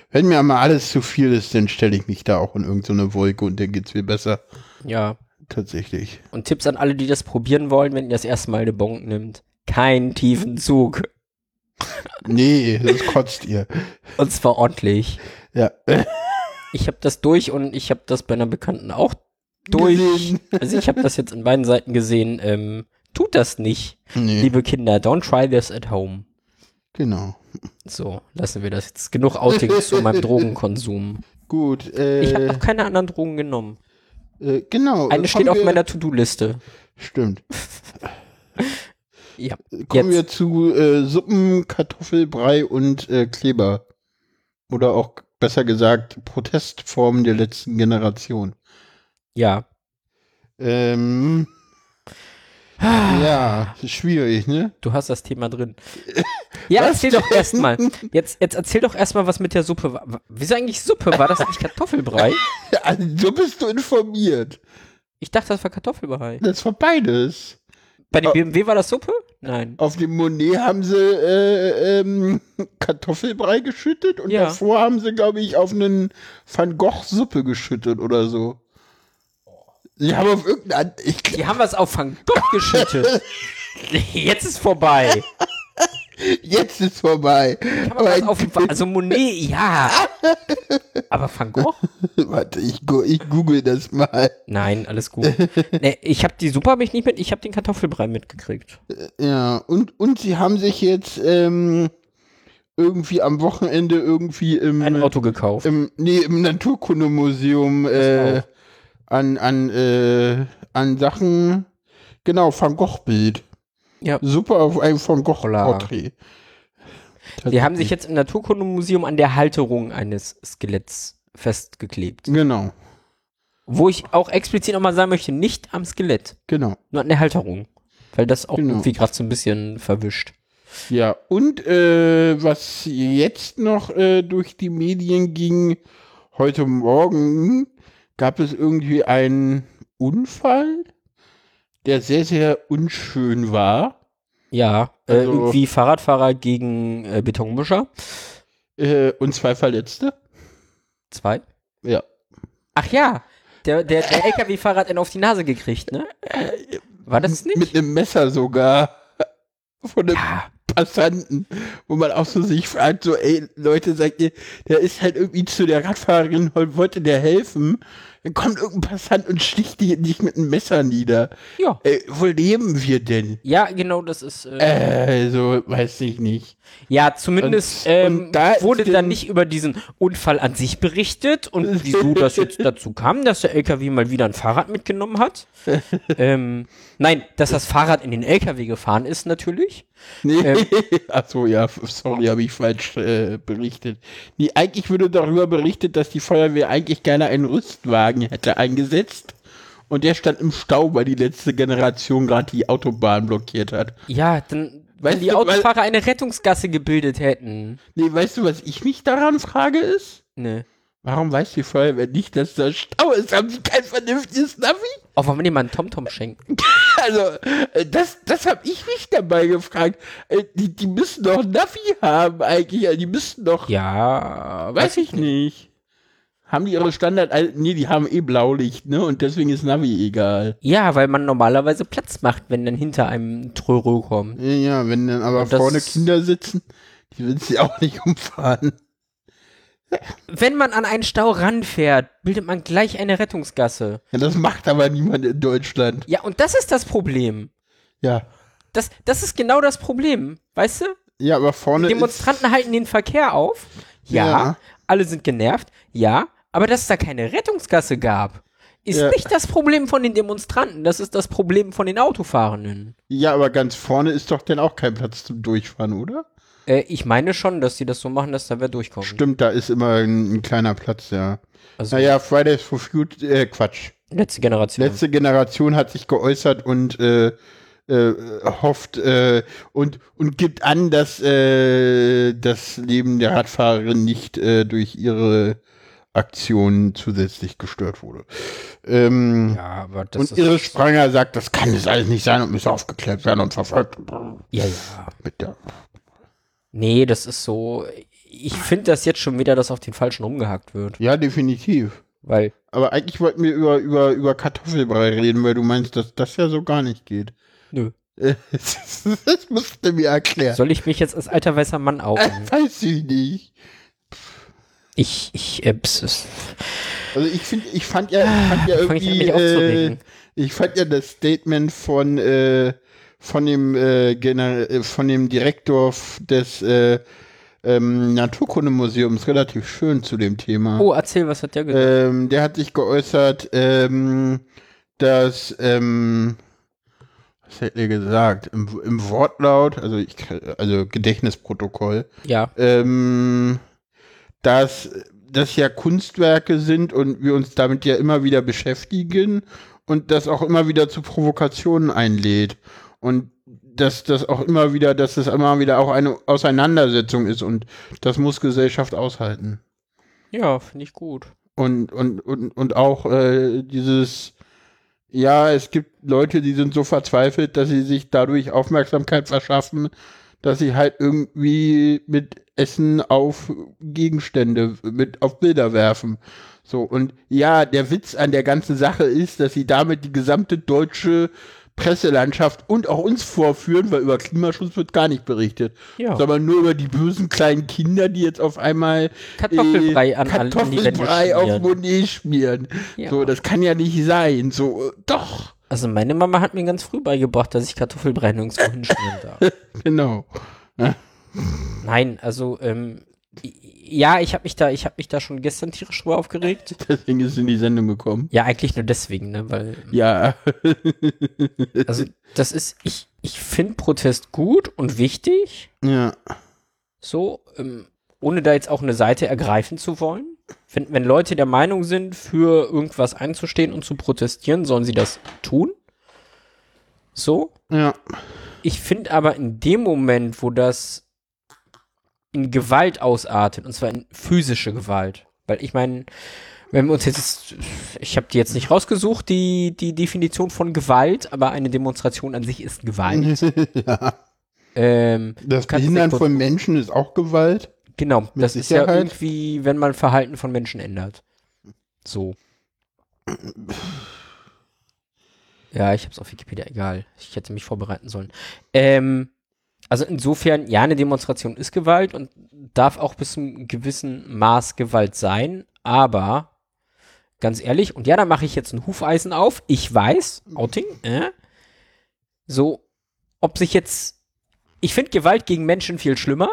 [SPEAKER 2] wenn mir mal alles zu viel ist, dann stelle ich mich da auch in irgendeine Wolke und dann geht's mir besser.
[SPEAKER 1] Ja.
[SPEAKER 2] Tatsächlich.
[SPEAKER 1] Und Tipps an alle, die das probieren wollen, wenn ihr das erste Mal eine Bonk nimmt. Keinen tiefen Zug.
[SPEAKER 2] Nee, das kotzt ihr.
[SPEAKER 1] Und zwar ordentlich.
[SPEAKER 2] Ja.
[SPEAKER 1] Ich habe das durch und ich habe das bei einer Bekannten auch durch.
[SPEAKER 2] Gesehen.
[SPEAKER 1] Also ich habe das jetzt an beiden Seiten gesehen. Ähm, tut das nicht,
[SPEAKER 2] Nee,
[SPEAKER 1] liebe Kinder. Don't try this at home.
[SPEAKER 2] genau.
[SPEAKER 1] So, lassen wir das jetzt. Genug Outings zu meinem Drogenkonsum.
[SPEAKER 2] Gut, äh,
[SPEAKER 1] Ich habe noch keine anderen Drogen genommen.
[SPEAKER 2] äh, genau.
[SPEAKER 1] Eine
[SPEAKER 2] äh,
[SPEAKER 1] steht
[SPEAKER 2] kommen
[SPEAKER 1] auf
[SPEAKER 2] wir-
[SPEAKER 1] meiner To-Do-Liste.
[SPEAKER 2] Stimmt.
[SPEAKER 1] Ja,
[SPEAKER 2] Kommen
[SPEAKER 1] jetzt.
[SPEAKER 2] wir zu äh, Suppen, Kartoffelbrei und äh, Kleber. Oder auch besser gesagt, Protestformen der letzten Generation.
[SPEAKER 1] Ja.
[SPEAKER 2] Ähm,
[SPEAKER 1] Ah.
[SPEAKER 2] ja, ist schwierig, ne?
[SPEAKER 1] Du hast das Thema drin. Ja,
[SPEAKER 2] Was
[SPEAKER 1] erzähl doch erstmal. Jetzt, jetzt erzähl doch erstmal, was mit der Suppe war. Wa- Wieso eigentlich Suppe? War das nicht Kartoffelbrei?
[SPEAKER 2] Also, so bist du informiert.
[SPEAKER 1] Ich dachte, das war Kartoffelbrei.
[SPEAKER 2] Das war beides.
[SPEAKER 1] Bei
[SPEAKER 2] Oh.
[SPEAKER 1] dem BMW war das Suppe? Nein.
[SPEAKER 2] Auf dem Monet haben sie äh, ähm, Kartoffelbrei geschüttet und
[SPEAKER 1] Ja.
[SPEAKER 2] davor haben sie, glaube ich, auf einen Van Gogh-Suppe geschüttet oder so.
[SPEAKER 1] Oh.
[SPEAKER 2] Sie haben auf irgendeinen. Ich,
[SPEAKER 1] Die haben was auf Van Gogh geschüttet. Jetzt ist vorbei.
[SPEAKER 2] jetzt ist vorbei.
[SPEAKER 1] Kann
[SPEAKER 2] Oh
[SPEAKER 1] man was auf dem Van- also Monet, ja. Aber Van Gogh?
[SPEAKER 2] Warte, ich, gu- ich google das mal.
[SPEAKER 1] Nein, alles gut. Nee, ich habe die Suppe hab ich nicht mit, ich habe den Kartoffelbrei mitgekriegt.
[SPEAKER 2] Ja, und, und sie haben sich jetzt ähm, irgendwie am Wochenende irgendwie im.
[SPEAKER 1] Ein Auto gekauft.
[SPEAKER 2] Im, nee, im Naturkundemuseum äh,
[SPEAKER 1] auch.
[SPEAKER 2] an, an, äh, an Sachen. Genau, Van Gogh-Bild.
[SPEAKER 1] Ja.
[SPEAKER 2] Super auf einem Van
[SPEAKER 1] Holla.
[SPEAKER 2] Gogh-Porträt.
[SPEAKER 1] Die haben sich jetzt im Naturkundemuseum an der Halterung eines Skeletts festgeklebt.
[SPEAKER 2] Genau,
[SPEAKER 1] Wo ich auch explizit nochmal sagen möchte, nicht am Skelett,
[SPEAKER 2] genau.
[SPEAKER 1] nur an der Halterung. Weil das auch
[SPEAKER 2] Genau.
[SPEAKER 1] irgendwie gerade so ein bisschen verwischt.
[SPEAKER 2] Ja, und äh, was jetzt noch äh, durch die Medien ging, heute Morgen gab es irgendwie einen Unfall, der sehr, sehr unschön war.
[SPEAKER 1] Ja, äh,
[SPEAKER 2] Also-
[SPEAKER 1] irgendwie Fahrradfahrer gegen äh, Betonmischer.
[SPEAKER 2] Äh, und zwei Verletzte.
[SPEAKER 1] Zwei.
[SPEAKER 2] Ja.
[SPEAKER 1] Ach ja, der, der, der LKW-Fahrer hat einen auf die Nase gekriegt, ne? War das nicht?
[SPEAKER 2] Mit einem Messer sogar. Von einem
[SPEAKER 1] ja,
[SPEAKER 2] Passanten. Wo man auch so sich fragt, so, ey, Leute, sagt ihr, der ist halt irgendwie zu der Radfahrerin, wollte der helfen. Dann kommt irgendein Passant und sticht die- dich mit einem Messer nieder.
[SPEAKER 1] ja.
[SPEAKER 2] Ey, Äh, wo leben wir denn?
[SPEAKER 1] Ja, genau, das ist. Äh,
[SPEAKER 2] Äh, so, weiß ich nicht.
[SPEAKER 1] ja, zumindest
[SPEAKER 2] und-
[SPEAKER 1] ähm,
[SPEAKER 2] und da ist
[SPEAKER 1] wurde dann
[SPEAKER 2] den-
[SPEAKER 1] nicht über diesen Unfall an sich berichtet und wieso das jetzt dazu kam, dass der LKW mal wieder ein Fahrrad mitgenommen hat. ähm, nein, dass das Fahrrad in den LKW gefahren ist, natürlich.
[SPEAKER 2] Nee. Ähm, Ach so, ja, f- sorry, habe ich falsch äh, berichtet. Nee, eigentlich wurde darüber berichtet, dass die Feuerwehr eigentlich gerne einen Rüstwagen hätte eingesetzt. Und der stand im Stau, weil die letzte Generation gerade die Autobahn blockiert hat.
[SPEAKER 1] Ja, dann. Wenn
[SPEAKER 2] Weißt
[SPEAKER 1] die
[SPEAKER 2] du, weil-
[SPEAKER 1] Autofahrer eine Rettungsgasse gebildet hätten.
[SPEAKER 2] Nee, weißt du, was ich mich daran frage ist?
[SPEAKER 1] Ne.
[SPEAKER 2] Warum weiß die Feuerwehr nicht, dass da Stau ist? Haben sie kein vernünftiges Navi?
[SPEAKER 1] Auch wenn man dem mal einen TomTom schenkt.
[SPEAKER 2] Also, äh, das, das habe ich mich dabei gefragt. Äh, Die, die müssen doch Navi haben eigentlich. äh, Die müssen doch
[SPEAKER 1] Ja,
[SPEAKER 2] Weiß ich nicht. Haben die ihre Standard. al- Nee, die haben eh Blaulicht, ne? Und deswegen ist Navi egal.
[SPEAKER 1] Ja, weil man normalerweise Platz macht, wenn dann hinter einem ein Tröro kommt.
[SPEAKER 2] Ja, wenn dann aber
[SPEAKER 1] Und das-
[SPEAKER 2] vorne Kinder sitzen, die willst du ja auch nicht umfahren.
[SPEAKER 1] Wenn man an einen Stau ranfährt, bildet man gleich eine Rettungsgasse.
[SPEAKER 2] Ja, das macht aber niemand in Deutschland.
[SPEAKER 1] Ja, und das ist das Problem.
[SPEAKER 2] Ja.
[SPEAKER 1] Das, das ist genau das Problem, weißt du?
[SPEAKER 2] Ja, aber vorne.
[SPEAKER 1] Demonstranten halten den Verkehr auf. Ja,
[SPEAKER 2] Ja.
[SPEAKER 1] alle sind genervt, ja, aber dass es da keine Rettungsgasse gab, ist
[SPEAKER 2] Ja.
[SPEAKER 1] nicht das Problem von den Demonstranten, das ist das Problem von den Autofahrenden.
[SPEAKER 2] Ja, aber ganz vorne ist doch denn auch kein Platz zum Durchfahren, oder?
[SPEAKER 1] Äh, ich meine schon, dass sie das so machen, dass da wer durchkommt.
[SPEAKER 2] Stimmt, da ist immer ein, ein kleiner Platz, ja.
[SPEAKER 1] Also
[SPEAKER 2] Naja, Fridays for Future, äh, Quatsch.
[SPEAKER 1] letzte Generation.
[SPEAKER 2] Letzte Generation hat sich geäußert und äh, äh, hofft äh, und, und gibt an, dass äh, das Leben der Radfahrerin nicht äh, durch ihre Aktionen zusätzlich gestört wurde. Ähm,
[SPEAKER 1] ja, aber das
[SPEAKER 2] und
[SPEAKER 1] ist
[SPEAKER 2] Iris Spranger sagt, das kann es alles nicht sein und muss aufgeklärt werden und verfolgt.
[SPEAKER 1] ja, ja.
[SPEAKER 2] Mit der
[SPEAKER 1] Nee, das ist so ich finde das jetzt schon wieder, dass auf den falschen rumgehackt wird,
[SPEAKER 2] ja, definitiv.
[SPEAKER 1] weil
[SPEAKER 2] Aber eigentlich wollten wir über, über, über Kartoffelbrei reden, weil du meinst, dass das ja so gar nicht geht.
[SPEAKER 1] nö.
[SPEAKER 2] das musst du mir erklären.
[SPEAKER 1] Soll ich mich jetzt als alter weißer Mann
[SPEAKER 2] Äh.
[SPEAKER 1] outen?
[SPEAKER 2] Weiß ich nicht.
[SPEAKER 1] ich ich äh, pss, pss.
[SPEAKER 2] Also ich finde, ich fand ja, ich fand ja
[SPEAKER 1] Fang ich an,
[SPEAKER 2] irgendwie,
[SPEAKER 1] mich
[SPEAKER 2] äh,
[SPEAKER 1] aufzuregen.
[SPEAKER 2] ich fand ja das Statement von äh, von dem äh, Gener äh, von dem Direktor f- des äh, ähm, Naturkundemuseums relativ schön zu dem Thema.
[SPEAKER 1] Oh, erzähl, was hat der gesagt?
[SPEAKER 2] Ähm, der hat sich geäußert, ähm, dass ähm, was hat er gesagt? Im, Im Wortlaut, also ich, also Gedächtnisprotokoll
[SPEAKER 1] ja.
[SPEAKER 2] ähm, dass das ja Kunstwerke sind und wir uns damit ja immer wieder beschäftigen und das auch immer wieder zu Provokationen einlädt. Und dass das auch immer wieder, dass das immer wieder auch eine Auseinandersetzung ist und das muss Gesellschaft aushalten.
[SPEAKER 1] Ja, finde ich gut.
[SPEAKER 2] Und, und, und, und auch äh, dieses, ja, es gibt Leute, die sind so verzweifelt, dass sie sich dadurch Aufmerksamkeit verschaffen, dass sie halt irgendwie mit Essen auf Gegenstände, mit auf Bilder werfen. So, und ja, der Witz an der ganzen Sache ist, dass sie damit die gesamte deutsche Presselandschaft und auch uns vorführen, weil über Klimaschutz wird gar nicht berichtet.
[SPEAKER 1] Ja.
[SPEAKER 2] Sondern nur über die bösen kleinen Kinder, die jetzt auf einmal
[SPEAKER 1] Kartoffelbrei
[SPEAKER 2] äh,
[SPEAKER 1] an- an- an die Wände
[SPEAKER 2] Kartoffelbrei auf
[SPEAKER 1] schmieren.
[SPEAKER 2] Monet schmieren.
[SPEAKER 1] Ja.
[SPEAKER 2] So, das kann ja nicht sein. So, äh, doch,
[SPEAKER 1] Also meine Mama hat mir ganz früh beigebracht, dass ich Kartoffelbrei nirgendwo hinschmieren darf.
[SPEAKER 2] genau.
[SPEAKER 1] Nein, also ähm, i- ja, ich habe mich da, ich habe mich da schon gestern tierisch drüber aufgeregt.
[SPEAKER 2] Deswegen ist es in die Sendung gekommen.
[SPEAKER 1] Ja, eigentlich nur deswegen, ne, weil
[SPEAKER 2] Ja,
[SPEAKER 1] also das ist ich ich finde Protest gut und wichtig,
[SPEAKER 2] ja,
[SPEAKER 1] so ähm, ohne da jetzt auch eine Seite ergreifen zu wollen. Wenn, wenn Leute der Meinung sind, für irgendwas einzustehen und zu protestieren, sollen sie das tun. So,
[SPEAKER 2] ja,
[SPEAKER 1] Ich finde aber in dem Moment, wo das in Gewalt ausartet, und zwar in physische Gewalt, weil ich meine, wenn wir uns jetzt, ich habe die jetzt nicht rausgesucht, die, die Definition von Gewalt, aber eine Demonstration an sich ist
[SPEAKER 2] Mhm.
[SPEAKER 1] Gewalt. ähm,
[SPEAKER 2] das
[SPEAKER 1] Kannst du
[SPEAKER 2] Behindern
[SPEAKER 1] kurz-
[SPEAKER 2] von Menschen ist auch Gewalt.
[SPEAKER 1] genau, das ist ja
[SPEAKER 2] Sicherheit.
[SPEAKER 1] irgendwie, wenn man Verhalten von Menschen ändert. So. Ja, ich hab's auf Wikipedia, egal. Ich hätte mich vorbereiten sollen. Ähm, also insofern, ja, eine Demonstration ist Gewalt und darf auch bis zu einem gewissen Maß Gewalt sein, aber ganz ehrlich, und ja, da mache ich jetzt ein Hufeisen auf, ich weiß, Outing, äh, so, ob sich jetzt, ich finde Gewalt gegen Menschen viel schlimmer,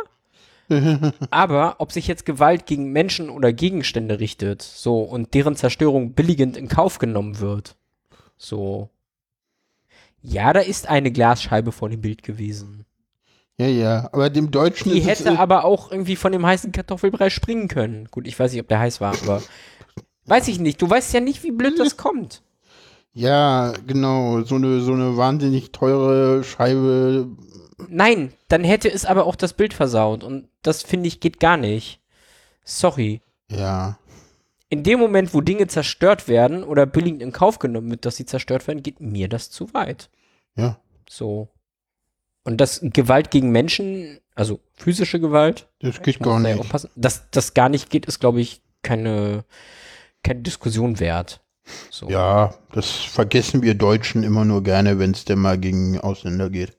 [SPEAKER 1] aber ob sich jetzt Gewalt gegen Menschen oder Gegenstände richtet, so, und deren Zerstörung billigend in Kauf genommen wird, so. Ja, da ist eine Glasscheibe vor dem Bild gewesen.
[SPEAKER 2] Ja, ja, aber dem Deutschen
[SPEAKER 1] Die
[SPEAKER 2] ist es, äh,
[SPEAKER 1] hätte aber auch irgendwie von dem heißen Kartoffelbrei springen können. Gut, ich weiß nicht, ob der heiß war, aber weiß ich nicht. Du weißt ja nicht, wie blöd das kommt.
[SPEAKER 2] ja, genau, so eine, so eine wahnsinnig teure Scheibe.
[SPEAKER 1] Nein, dann hätte es aber auch das Bild versaut und das finde ich geht gar nicht. Sorry.
[SPEAKER 2] Ja,
[SPEAKER 1] In dem Moment, wo Dinge zerstört werden oder billigend in Kauf genommen wird, dass sie zerstört werden, geht mir das zu weit.
[SPEAKER 2] ja,
[SPEAKER 1] So. Und das Gewalt gegen Menschen, also physische Gewalt,
[SPEAKER 2] das geht gar
[SPEAKER 1] muss da ja
[SPEAKER 2] nicht.
[SPEAKER 1] aufpassen. Dass das gar nicht geht, ist, glaube ich, keine, keine Diskussion wert. So.
[SPEAKER 2] Ja, das vergessen wir Deutschen immer nur gerne, wenn es denn mal gegen Ausländer geht.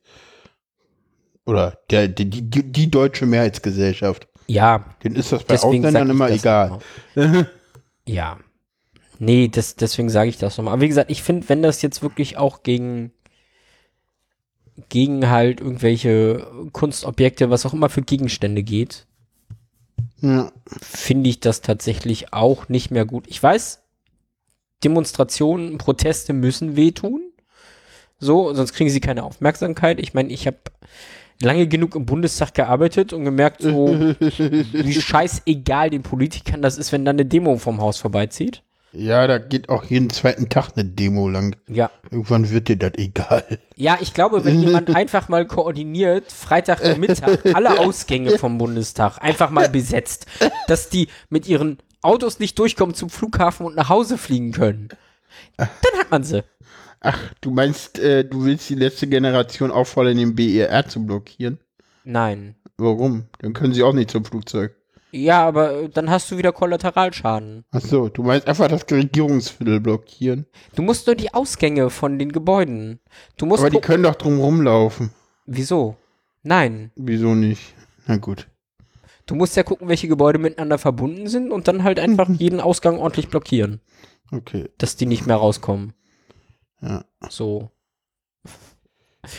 [SPEAKER 2] Oder der, die, die, die deutsche Mehrheitsgesellschaft.
[SPEAKER 1] Ja,
[SPEAKER 2] Denen ist das bei
[SPEAKER 1] deswegen sag
[SPEAKER 2] Ausländern
[SPEAKER 1] ich
[SPEAKER 2] immer
[SPEAKER 1] das
[SPEAKER 2] egal.
[SPEAKER 1] nochmal. Ja. Nee, das, deswegen sage ich das nochmal. Aber wie gesagt, ich finde, wenn das jetzt wirklich auch gegen, gegen halt irgendwelche Kunstobjekte, was auch immer für Gegenstände geht,
[SPEAKER 2] Ja.
[SPEAKER 1] finde ich das tatsächlich auch nicht mehr gut. Ich weiß, Demonstrationen, Proteste müssen wehtun. So, sonst kriegen sie keine Aufmerksamkeit. Ich meine, ich habe lange genug im Bundestag gearbeitet und gemerkt, so, wie scheißegal den Politikern das ist, wenn dann eine Demo vom Haus vorbeizieht.
[SPEAKER 2] ja, da geht auch jeden zweiten Tag eine Demo lang.
[SPEAKER 1] Ja.
[SPEAKER 2] Irgendwann wird dir das egal.
[SPEAKER 1] Ja, ich glaube, wenn jemand einfach mal koordiniert, Freitagmittag, alle Ausgänge vom Bundestag einfach mal besetzt, dass die mit ihren Autos nicht durchkommen zum Flughafen und nach Hause fliegen können, dann hat man sie.
[SPEAKER 2] Ach, du meinst, äh, du willst die letzte Generation auffordern, den BER zu blockieren?
[SPEAKER 1] Nein.
[SPEAKER 2] Warum? Dann können sie auch nicht zum Flugzeug.
[SPEAKER 1] Ja, aber äh, dann hast du wieder Kollateralschaden.
[SPEAKER 2] Ach so, du meinst einfach das Regierungsviertel blockieren.
[SPEAKER 1] Du musst nur die Ausgänge von den Gebäuden. Du musst.
[SPEAKER 2] Aber die
[SPEAKER 1] gucken-
[SPEAKER 2] können doch drum rumlaufen.
[SPEAKER 1] Wieso? Nein.
[SPEAKER 2] Wieso nicht? Na gut.
[SPEAKER 1] Du musst ja gucken, welche Gebäude miteinander verbunden sind und dann halt einfach jeden Ausgang ordentlich blockieren,
[SPEAKER 2] Okay.
[SPEAKER 1] dass die nicht mehr rauskommen.
[SPEAKER 2] Ja.
[SPEAKER 1] So.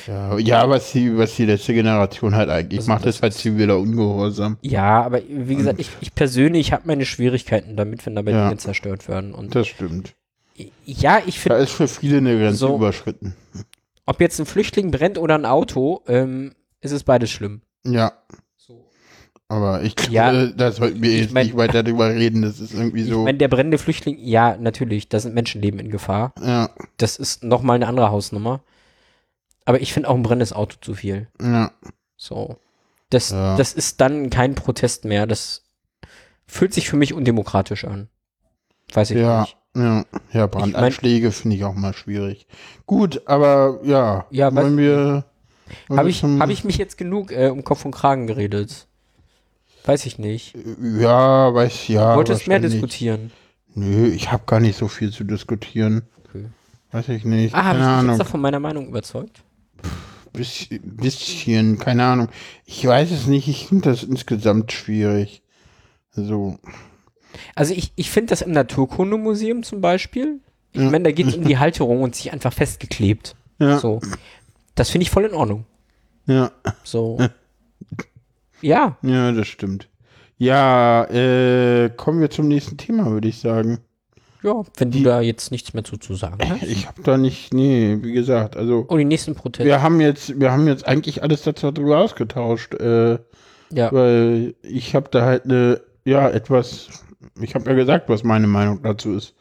[SPEAKER 2] Ja, ja was, die, was die letzte Generation halt eigentlich
[SPEAKER 1] Also
[SPEAKER 2] macht,
[SPEAKER 1] das
[SPEAKER 2] ist halt ziviler Ungehorsam.
[SPEAKER 1] Ja, aber wie gesagt, ich, ich persönlich habe meine Schwierigkeiten damit, wenn dabei
[SPEAKER 2] Ja.
[SPEAKER 1] Dinge zerstört werden. Und
[SPEAKER 2] Das stimmt.
[SPEAKER 1] ja, ich
[SPEAKER 2] Da
[SPEAKER 1] finde,
[SPEAKER 2] ist für viele eine Grenze
[SPEAKER 1] So.
[SPEAKER 2] überschritten.
[SPEAKER 1] ob jetzt ein Flüchtling brennt oder ein Auto, ähm, ist es beides schlimm.
[SPEAKER 2] Ja,
[SPEAKER 1] So.
[SPEAKER 2] aber ich glaube,
[SPEAKER 1] Ja.
[SPEAKER 2] da sollten wir
[SPEAKER 1] Ich
[SPEAKER 2] jetzt
[SPEAKER 1] mein-
[SPEAKER 2] nicht weiter drüber reden. Das ist irgendwie
[SPEAKER 1] Ich
[SPEAKER 2] so.
[SPEAKER 1] meine, der brennende Flüchtling, ja, natürlich, da sind Menschenleben in Gefahr.
[SPEAKER 2] ja,
[SPEAKER 1] Das ist nochmal eine andere Hausnummer. Aber ich finde auch ein brennendes Auto zu viel.
[SPEAKER 2] ja,
[SPEAKER 1] So. Das,
[SPEAKER 2] Ja.
[SPEAKER 1] das ist dann kein Protest mehr. Das fühlt sich für mich undemokratisch an. Weiß ich
[SPEAKER 2] ja,
[SPEAKER 1] nicht.
[SPEAKER 2] ja. Ja, Brandanschläge finde ich auch mal schwierig. Gut, aber ja.
[SPEAKER 1] Ja, weiß
[SPEAKER 2] wollen wir. wollen
[SPEAKER 1] Habe
[SPEAKER 2] wir
[SPEAKER 1] ich,
[SPEAKER 2] zum-
[SPEAKER 1] hab ich mich jetzt genug äh, um Kopf und Kragen geredet? Weiß ich nicht.
[SPEAKER 2] Ja, weiß ja.
[SPEAKER 1] Du wolltest mehr
[SPEAKER 2] wahrscheinlich.
[SPEAKER 1] diskutieren.
[SPEAKER 2] Nö, ich habe gar nicht so viel zu diskutieren.
[SPEAKER 1] Okay.
[SPEAKER 2] Weiß ich nicht.
[SPEAKER 1] Ah, habe
[SPEAKER 2] keine
[SPEAKER 1] ich dich
[SPEAKER 2] Ahnung.
[SPEAKER 1] jetzt noch von meiner Meinung überzeugt?
[SPEAKER 2] Biss, bisschen, keine Ahnung. Ich weiß es nicht. Ich finde das insgesamt schwierig. So.
[SPEAKER 1] Also ich, ich finde das im Naturkundemuseum zum Beispiel. Ich meine, da geht es um die Halterung und sich einfach festgeklebt.
[SPEAKER 2] Ja.
[SPEAKER 1] So. Das finde ich voll in Ordnung.
[SPEAKER 2] Ja,
[SPEAKER 1] So. ja,
[SPEAKER 2] ja, das stimmt. Ja, äh, kommen wir zum nächsten Thema, würde ich sagen.
[SPEAKER 1] ja, wenn du da jetzt nichts mehr zu, zu sagen hast.
[SPEAKER 2] Ich habe da nicht, nee, wie gesagt, also
[SPEAKER 1] Oh, die nächsten Proteste.
[SPEAKER 2] wir haben jetzt, wir haben jetzt eigentlich alles dazu darüber ausgetauscht, äh,
[SPEAKER 1] Ja.
[SPEAKER 2] weil ich habe da halt eine, ja, etwas, ich habe ja gesagt, was meine Meinung dazu ist.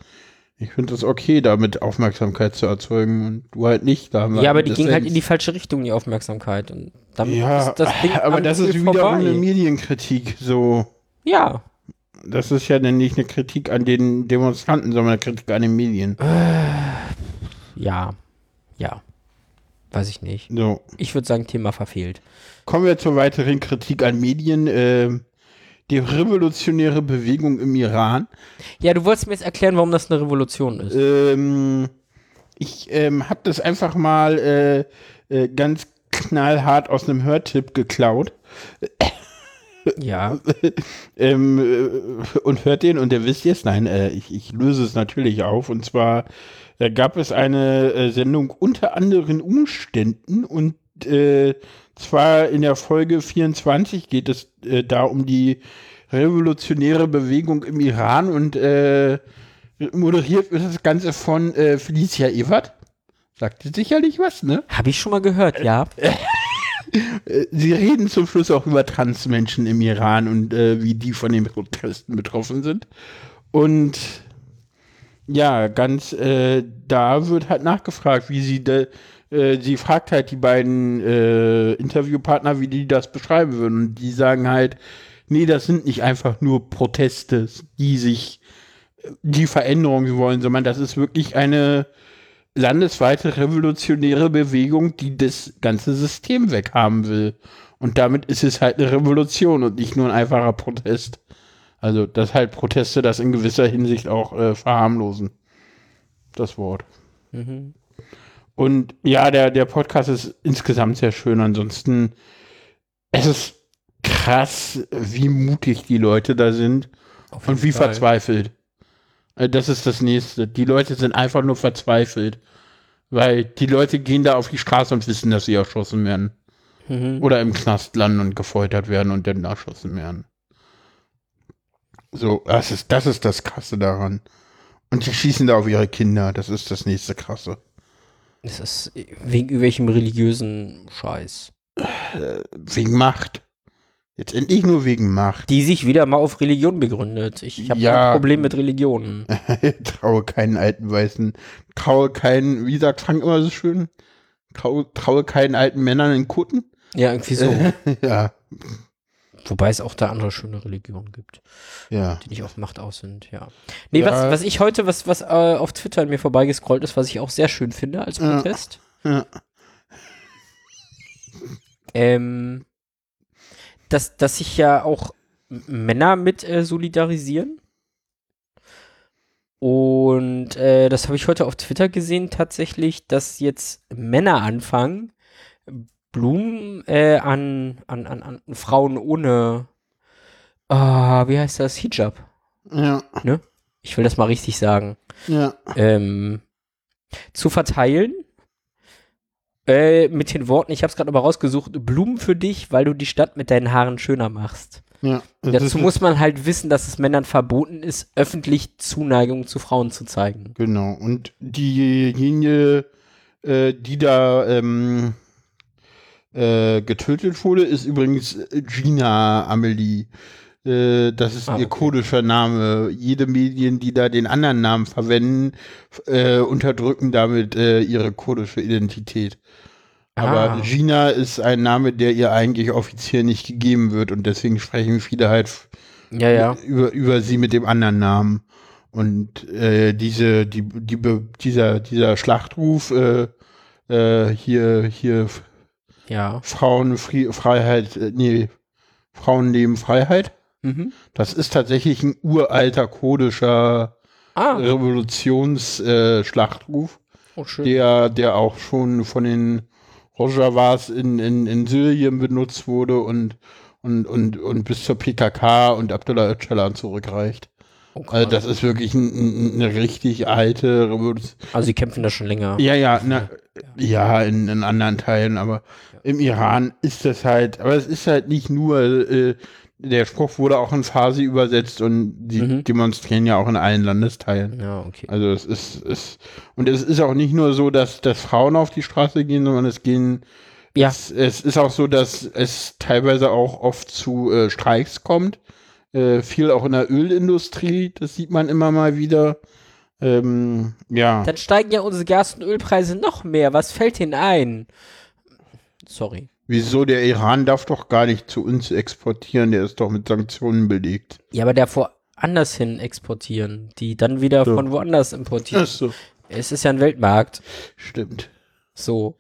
[SPEAKER 2] Ich finde das okay, damit Aufmerksamkeit zu erzeugen und du halt nicht. Da haben wir
[SPEAKER 1] Ja, aber die ging halt
[SPEAKER 2] deswegen-
[SPEAKER 1] in die falsche Richtung, die Aufmerksamkeit. Und damit
[SPEAKER 2] Ja,
[SPEAKER 1] ist das Ding
[SPEAKER 2] aber
[SPEAKER 1] am
[SPEAKER 2] das ist
[SPEAKER 1] Ziel
[SPEAKER 2] wiederum
[SPEAKER 1] vorbei.
[SPEAKER 2] eine Medienkritik. So,
[SPEAKER 1] Ja.
[SPEAKER 2] das ist ja dann nicht eine Kritik an den Demonstranten, sondern eine Kritik an den Medien.
[SPEAKER 1] Ja. Ja. Weiß ich nicht.
[SPEAKER 2] So,
[SPEAKER 1] Ich würde sagen, Thema verfehlt.
[SPEAKER 2] kommen wir zur weiteren Kritik an Medien. ähm, die revolutionäre Bewegung im Iran.
[SPEAKER 1] Ja, du wolltest mir jetzt erklären, warum das eine Revolution
[SPEAKER 2] Äh,
[SPEAKER 1] ist.
[SPEAKER 2] Ähm, ich ähm, habe das einfach mal äh, äh, ganz knallhart aus einem Hörtipp geklaut
[SPEAKER 1] Ja.
[SPEAKER 2] ähm, äh, und hört den und der wisst jetzt, nein, äh, ich, ich löse es natürlich auf und zwar da gab es eine äh, Sendung unter anderen Umständen und äh, zwar in der Folge 24 geht es äh, da um die revolutionäre Bewegung im Iran und äh, moderiert wird das Ganze von äh, Felicia Evert. Sagt ihr sicherlich was, ne?
[SPEAKER 1] Habe ich schon mal gehört, ja.
[SPEAKER 2] Äh, Sie reden zum Schluss auch über Transmenschen im Iran und äh, wie die von den Protesten betroffen sind. Und ja, ganz äh, da wird halt nachgefragt, wie sie de, äh, sie fragt halt die beiden äh, Interviewpartner, wie die das beschreiben würden. Und die sagen halt, nee, das sind nicht einfach nur Proteste, die sich äh, die Veränderung wollen, sondern das ist wirklich eine landesweite revolutionäre Bewegung, die das ganze System weghaben will. Und damit ist es halt eine Revolution und nicht nur ein einfacher Protest. Also, dass halt Proteste das in gewisser Hinsicht auch äh, verharmlosen. Das Wort.
[SPEAKER 1] Mhm.
[SPEAKER 2] Und ja, der, der Podcast ist insgesamt sehr schön. Ansonsten, es ist krass, wie mutig die Leute da sind
[SPEAKER 1] Auf jeden
[SPEAKER 2] und wie
[SPEAKER 1] Fall.
[SPEAKER 2] verzweifelt. Äh, Das ist das nächste. Die Leute sind einfach nur verzweifelt. Weil die Leute gehen da auf die Straße und wissen, dass sie erschossen werden.
[SPEAKER 1] Mhm.
[SPEAKER 2] Oder im Knast landen und gefoltert werden und dann erschossen werden. So, das ist, das ist das Krasse daran. Und die schießen da auf ihre Kinder. Das ist das nächste Krasse.
[SPEAKER 1] Es ist wegen irgendwelchem religiösen Scheiß.
[SPEAKER 2] Wegen Macht. Jetzt endlich nur wegen Macht.
[SPEAKER 1] Die sich wieder mal auf Religion begründet. Ich, ich habe
[SPEAKER 2] Ja.
[SPEAKER 1] ein Problem mit Religionen.
[SPEAKER 2] traue keinen alten Weißen. Traue keinen, wie sagt Frank immer so schön? Traue, traue keinen alten Männern in Kutten?
[SPEAKER 1] Ja, irgendwie so.
[SPEAKER 2] ja,
[SPEAKER 1] Wobei es auch da andere schöne Religionen gibt,
[SPEAKER 2] ja.
[SPEAKER 1] die nicht auf Macht aus sind, ja. Nee,
[SPEAKER 2] Ja.
[SPEAKER 1] was, was ich heute, was, was äh, auf Twitter an mir vorbeigescrollt ist, was ich auch sehr schön finde als
[SPEAKER 2] Ja.
[SPEAKER 1] Protest.
[SPEAKER 2] Ja.
[SPEAKER 1] Ähm, dass, dass sich ja auch M- Männer mit äh, solidarisieren. Und äh, das habe ich heute auf Twitter gesehen, tatsächlich, dass jetzt Männer anfangen, Blumen äh, an, an, an, an Frauen ohne, ah, wie heißt das, Hijab.
[SPEAKER 2] Ja,
[SPEAKER 1] Ich will das mal richtig sagen
[SPEAKER 2] ja.
[SPEAKER 1] ähm, zu verteilen. Äh, mit den Worten, ich habe es gerade nochmal rausgesucht, Blumen für dich, weil du die Stadt mit deinen Haaren schöner machst.
[SPEAKER 2] ja. Das ist-
[SPEAKER 1] Dazu muss man halt wissen, dass es Männern verboten ist, öffentlich Zuneigung zu Frauen zu zeigen.
[SPEAKER 2] Genau. Und diejenige, äh, die da ähm, äh, getötet wurde, ist übrigens Gina Amelie. Äh, das ist
[SPEAKER 1] Ah,
[SPEAKER 2] ihr
[SPEAKER 1] okay.
[SPEAKER 2] kurdischer Name. Jede Medien, die da den anderen Namen verwenden, f- äh, unterdrücken damit äh, ihre kurdische Identität. Aber
[SPEAKER 1] Ah.
[SPEAKER 2] Gina ist ein Name, der ihr eigentlich offiziell nicht gegeben wird und deswegen sprechen viele halt f-
[SPEAKER 1] Ja,
[SPEAKER 2] über, über sie mit dem anderen Namen. Und äh, diese, die, die, be- dieser, dieser Schlachtruf, äh, äh, hier, hier F-
[SPEAKER 1] Ja.
[SPEAKER 2] Frauen, Fri Freiheit, äh, nee, Frauenleben, Freiheit,
[SPEAKER 1] Mhm.
[SPEAKER 2] das ist tatsächlich ein uralter kurdischer
[SPEAKER 1] Ah,
[SPEAKER 2] Revolutionsschlachtruf, äh, Schlachtruf,
[SPEAKER 1] oh, schön.
[SPEAKER 2] der, der auch schon von den Rojavas in, in, in Syrien benutzt wurde und, und, und, und bis zur PKK und Abdullah Öcalan zurückreicht.
[SPEAKER 1] Oh, Gott.
[SPEAKER 2] Also das ist wirklich ein, ein, eine richtig alte Revolution.
[SPEAKER 1] also, sie kämpfen da schon länger.
[SPEAKER 2] Ja, ja, na, ja, in, in anderen Teilen, aber im Iran ist das halt, aber es ist halt nicht nur, äh, der Spruch wurde auch in Farsi übersetzt und die
[SPEAKER 1] Mhm.
[SPEAKER 2] demonstrieren ja auch in allen Landesteilen.
[SPEAKER 1] Ja, okay.
[SPEAKER 2] Also es ist, es, und es ist auch nicht nur so, dass, dass Frauen auf die Straße gehen, sondern es gehen,
[SPEAKER 1] Ja.
[SPEAKER 2] es, es ist auch so, dass es teilweise auch oft zu äh, Streiks kommt. Äh, viel auch in der Ölindustrie, das sieht man immer mal wieder. Ähm, ja,
[SPEAKER 1] Dann steigen ja unsere Gas- und Ölpreise noch mehr. Was fällt denen ein? Sorry.
[SPEAKER 2] wieso der Iran darf doch gar nicht zu uns exportieren, der ist doch mit Sanktionen belegt.
[SPEAKER 1] Ja, aber davor anders hin exportieren, die dann wieder
[SPEAKER 2] So.
[SPEAKER 1] von woanders importieren.
[SPEAKER 2] so.
[SPEAKER 1] Es ist ja ein Weltmarkt.
[SPEAKER 2] Stimmt.
[SPEAKER 1] So.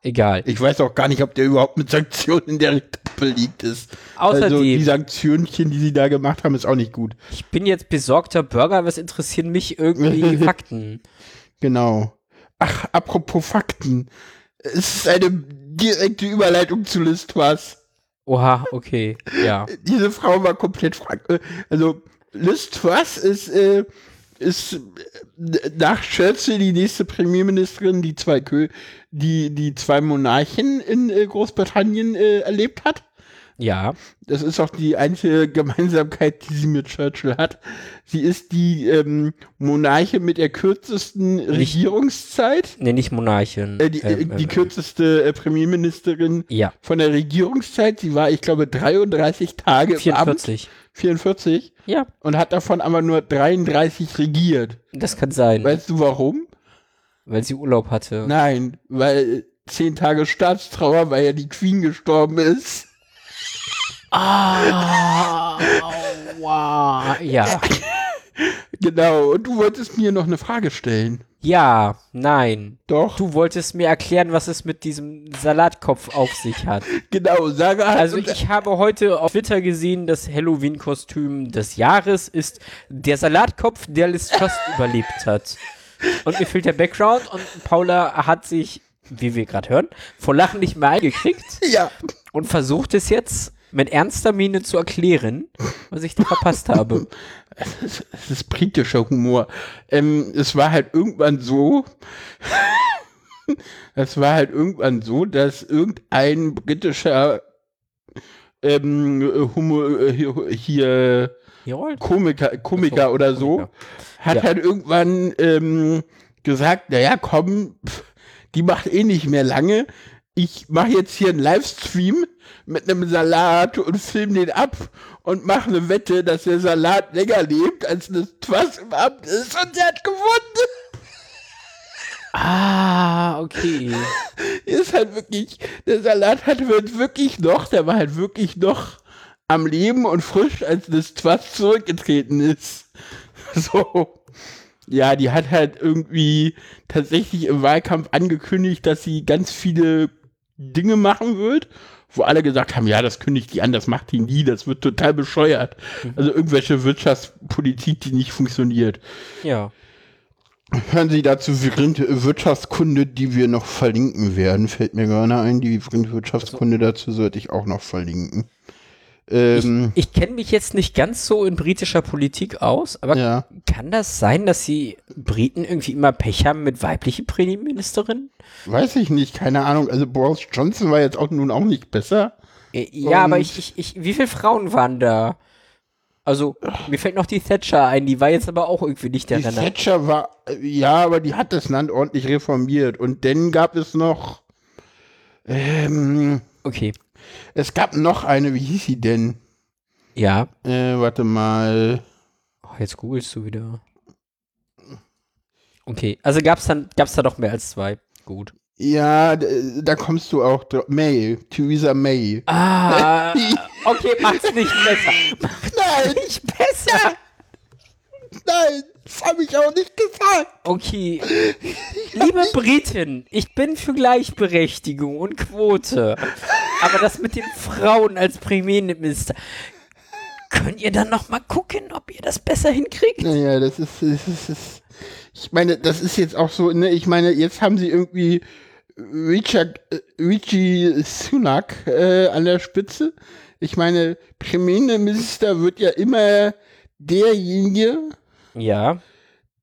[SPEAKER 1] Egal.
[SPEAKER 2] Ich weiß auch gar nicht, ob der überhaupt mit Sanktionen direkt belegt ist. also die
[SPEAKER 1] Außerdem,
[SPEAKER 2] Sanktionchen, die sie da gemacht haben, ist auch nicht gut.
[SPEAKER 1] ich bin jetzt besorgter Bürger, was interessieren mich irgendwie Fakten?
[SPEAKER 2] Genau. Ach, apropos Fakten. Es ist eine direkte Überleitung zu Listwas.
[SPEAKER 1] Oha, okay. Ja.
[SPEAKER 2] Diese Frau war komplett frank. äh, Also, Listwas ist, äh, ist äh, nach Churchill die nächste Premierministerin, die zwei, Kö die, die zwei Monarchen in äh, Großbritannien äh, erlebt hat.
[SPEAKER 1] Ja.
[SPEAKER 2] Das ist auch die einzige Gemeinsamkeit, die sie mit Churchill hat. Sie ist die ähm, Monarche mit der kürzesten Regierungszeit.
[SPEAKER 1] Nee, nicht Monarchen.
[SPEAKER 2] Äh, die,
[SPEAKER 1] Ähm,
[SPEAKER 2] die
[SPEAKER 1] ähm,
[SPEAKER 2] kürzeste äh, Premierministerin
[SPEAKER 1] Ja.
[SPEAKER 2] von der Regierungszeit. Sie war, ich glaube, 33 Tage im Amt,
[SPEAKER 1] 44.
[SPEAKER 2] 44,
[SPEAKER 1] Ja,
[SPEAKER 2] und hat davon aber nur 33 regiert.
[SPEAKER 1] das kann sein, weil,
[SPEAKER 2] Weißt du warum?
[SPEAKER 1] sie Urlaub hatte.
[SPEAKER 2] Nein, weil äh, zehn Tage Staatstrauer, weil ja die Queen gestorben ist.
[SPEAKER 1] Ah, wow. Ah, Ja.
[SPEAKER 2] Genau, und du wolltest mir noch eine Frage stellen.
[SPEAKER 1] Ja, nein.
[SPEAKER 2] Doch,
[SPEAKER 1] Du wolltest mir erklären, was es mit diesem Salatkopf auf sich hat.
[SPEAKER 2] genau, Sarah hat
[SPEAKER 1] Also
[SPEAKER 2] uns-
[SPEAKER 1] ich habe heute auf Twitter gesehen, das Halloween-Kostüm des Jahres ist der Salatkopf, der Liz Trust überlebt hat. Und mir fehlt der Background und Paula hat sich, wie wir gerade hören, vor Lachen nicht mehr eingekriegt
[SPEAKER 2] ja,
[SPEAKER 1] und versucht es jetzt mit ernster Miene zu erklären, was ich da verpasst habe.
[SPEAKER 2] es ist britischer Humor. Ähm, es war halt irgendwann so, es war halt irgendwann so, dass irgendein britischer ähm, Humo, äh, hier
[SPEAKER 1] Herold?
[SPEAKER 2] Komiker, Komiker
[SPEAKER 1] Ach so,
[SPEAKER 2] oder so,
[SPEAKER 1] Komiker.
[SPEAKER 2] hat
[SPEAKER 1] Ja.
[SPEAKER 2] halt irgendwann ähm, gesagt, naja, komm, pff, die macht eh nicht mehr lange. Ich mache jetzt hier einen Livestream mit einem Salat und film den ab und mache eine Wette, dass der Salat länger lebt, als das was im Amt ist. Und der hat gewonnen.
[SPEAKER 1] Ah, okay.
[SPEAKER 2] ist halt wirklich, der Salat hatte wir wirklich noch, der war halt wirklich noch am Leben und frisch, als das Twas zurückgetreten ist. So. Ja, die hat halt irgendwie tatsächlich im Wahlkampf angekündigt, dass sie ganz viele Dinge machen wird, wo alle gesagt haben, ja, das kündigt die an, das macht die nie, das wird total bescheuert. Also irgendwelche Wirtschaftspolitik, die nicht funktioniert.
[SPEAKER 1] Ja.
[SPEAKER 2] Hören Sie dazu Vrind Wirtschaftskunde, die wir noch verlinken werden, fällt mir gerade ein. Die Vrind Wirtschaftskunde dazu sollte ich auch noch verlinken. Ähm,
[SPEAKER 1] Also- Ich kenne mich jetzt nicht ganz so in britischer Politik aus, aber
[SPEAKER 2] ja.
[SPEAKER 1] kann das sein, dass die Briten irgendwie immer Pech haben mit weiblichen Premierministerinnen?
[SPEAKER 2] Weiß ich nicht, keine Ahnung. Also Boris Johnson war jetzt auch nun auch nicht besser.
[SPEAKER 1] Äh, Ja, aber
[SPEAKER 2] Und-
[SPEAKER 1] ich, ich, ich, wie viele Frauen waren da? Also, mir fällt noch die Thatcher ein, die war jetzt aber auch irgendwie nicht der
[SPEAKER 2] Die
[SPEAKER 1] Renner.
[SPEAKER 2] Thatcher war, äh, ja, aber die hat das Land ordentlich reformiert. Und dann gab es noch, ähm,
[SPEAKER 1] Okay.
[SPEAKER 2] es gab noch eine, wie hieß sie denn?
[SPEAKER 1] Ja.
[SPEAKER 2] Äh, warte mal.
[SPEAKER 1] Oh, jetzt googelst du wieder. Okay, also gab's dann, gab's da doch mehr als zwei. Gut.
[SPEAKER 2] Ja, d- da kommst du auch drauf. May, Theresa May.
[SPEAKER 1] Ah, okay, macht's nicht besser. Macht's
[SPEAKER 2] Nein.
[SPEAKER 1] nicht besser.
[SPEAKER 2] Nein, das habe ich auch nicht gesagt.
[SPEAKER 1] Okay. Liebe Briten, ich bin für Gleichberechtigung und Quote. Aber das mit den Frauen als Premierminister. Könnt ihr dann noch mal gucken, ob ihr das besser hinkriegt?
[SPEAKER 2] Naja, das ist, das ist, das ist ich meine, das ist jetzt auch so, ne, ich meine, jetzt haben sie irgendwie äh, Richard, äh, Richie Sunak äh, an der Spitze. Ich meine, Premierminister wird ja immer derjenige,
[SPEAKER 1] Ja,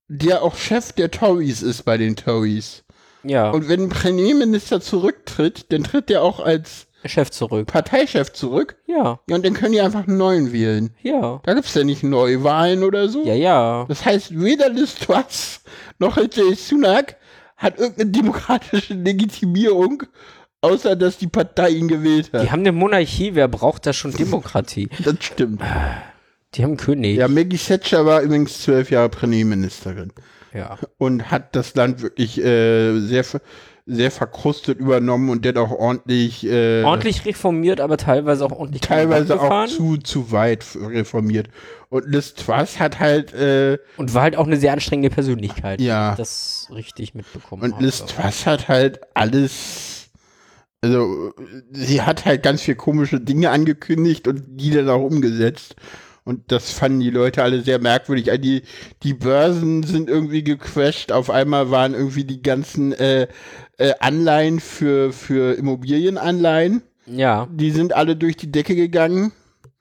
[SPEAKER 2] der auch Chef der Tories ist bei den Tories.
[SPEAKER 1] ja.
[SPEAKER 2] Und wenn ein Premierminister zurücktritt, dann tritt der auch als
[SPEAKER 1] Chef zurück.
[SPEAKER 2] Parteichef zurück.
[SPEAKER 1] Ja,
[SPEAKER 2] Ja, und dann können die einfach einen neuen wählen.
[SPEAKER 1] ja.
[SPEAKER 2] Da gibt's ja nicht Neuwahlen oder so.
[SPEAKER 1] Ja, ja.
[SPEAKER 2] Das heißt, weder Liz Truss noch Jay Sunak hat irgendeine demokratische Legitimierung, außer dass die Partei ihn gewählt hat.
[SPEAKER 1] Die haben eine Monarchie, wer braucht da schon Demokratie?
[SPEAKER 2] Das stimmt.
[SPEAKER 1] Die haben einen König.
[SPEAKER 2] Ja, Maggie Thatcher war übrigens zwölf Jahre Premierministerin
[SPEAKER 1] ja.
[SPEAKER 2] und hat das Land wirklich äh, sehr, ver- sehr verkrustet übernommen und dann auch ordentlich, äh,
[SPEAKER 1] Ordentlich reformiert, aber teilweise auch ordentlich
[SPEAKER 2] teilweise auch
[SPEAKER 1] abgefahren.
[SPEAKER 2] zu, zu weit reformiert. Und Liz Truss hat halt äh,
[SPEAKER 1] Und war halt auch eine sehr anstrengende Persönlichkeit.
[SPEAKER 2] Ja.
[SPEAKER 1] wenn ich Das richtig mitbekommen.
[SPEAKER 2] Und
[SPEAKER 1] habe.
[SPEAKER 2] Liz Truss hat halt alles. Also, sie hat halt ganz viel komische Dinge angekündigt und die dann auch umgesetzt. Und das fanden die Leute alle sehr merkwürdig. Also Die, die Börsen sind irgendwie gecrashed. Auf einmal waren irgendwie die ganzen äh, äh, Anleihen für, für Immobilienanleihen.
[SPEAKER 1] Ja,
[SPEAKER 2] Die sind alle durch die Decke gegangen.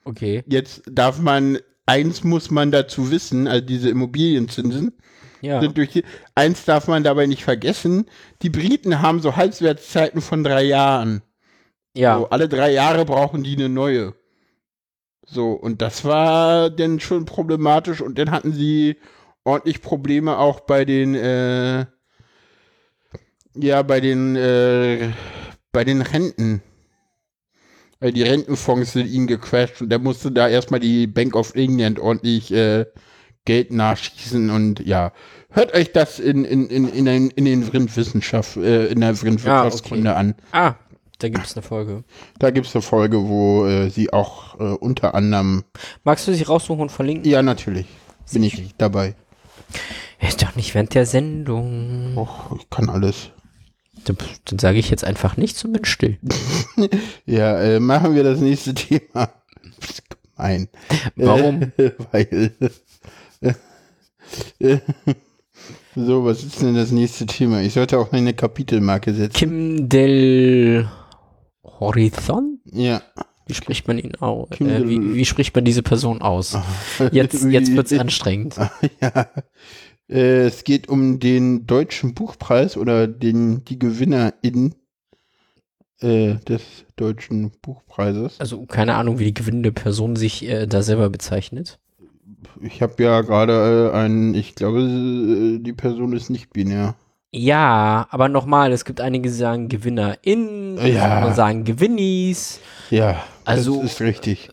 [SPEAKER 1] okay.
[SPEAKER 2] Jetzt darf man, eins muss man dazu wissen, also diese Immobilienzinsen
[SPEAKER 1] Ja.
[SPEAKER 2] sind durch die, eins darf man dabei nicht vergessen, die Briten haben so Halbwertszeiten von drei Jahren.
[SPEAKER 1] ja.
[SPEAKER 2] So, alle drei Jahre brauchen die eine neue. So, und das war dann schon problematisch und dann hatten sie ordentlich Probleme auch bei den, äh, ja, bei den, äh, bei den Renten. Weil die Rentenfonds sind ihnen gecrashed und da musste da erstmal die Bank of England ordentlich äh, Geld nachschießen und ja. Hört euch das in, in, in, in, den- in den Vrindwissenschaft, äh, in der Vrindwirtschaftskunde an.
[SPEAKER 1] Ah, da gibt es eine Folge.
[SPEAKER 2] Da gibt es eine Folge, wo äh, sie auch äh, unter anderem.
[SPEAKER 1] Magst du sie raussuchen und verlinken?
[SPEAKER 2] Ja, natürlich. Bin ich dabei.
[SPEAKER 1] Ist doch nicht während der Sendung.
[SPEAKER 2] Och, ich kann alles.
[SPEAKER 1] Dann, dann sage ich jetzt einfach nichts und bin still.
[SPEAKER 2] Ja, äh, machen wir das nächste Thema. Das ist gemein.
[SPEAKER 1] Warum?
[SPEAKER 2] Äh, weil. Äh, so, was ist denn das nächste Thema? Ich sollte auch eine Kapitelmarke setzen.
[SPEAKER 1] Kim del Horizon?
[SPEAKER 2] Ja.
[SPEAKER 1] Wie spricht man ihn aus?
[SPEAKER 2] Kim
[SPEAKER 1] Äh,
[SPEAKER 2] del- Ah.
[SPEAKER 1] wie, wie spricht man diese Person aus? Jetzt, jetzt wird's anstrengend.
[SPEAKER 2] Ja. Äh, es geht um den deutschen Buchpreis oder den, die GewinnerInnen äh, des deutschen Buchpreises.
[SPEAKER 1] Also keine Ahnung, wie die gewinnende Person sich äh, da selber bezeichnet.
[SPEAKER 2] ich habe ja gerade äh, einen, ich glaube, äh, die Person ist nicht binär.
[SPEAKER 1] Ja, aber nochmal, es gibt einige, die sagen GewinnerInnen,
[SPEAKER 2] Ja.
[SPEAKER 1] andere sagen Gewinnies.
[SPEAKER 2] Ja,
[SPEAKER 1] Also,
[SPEAKER 2] das ist richtig.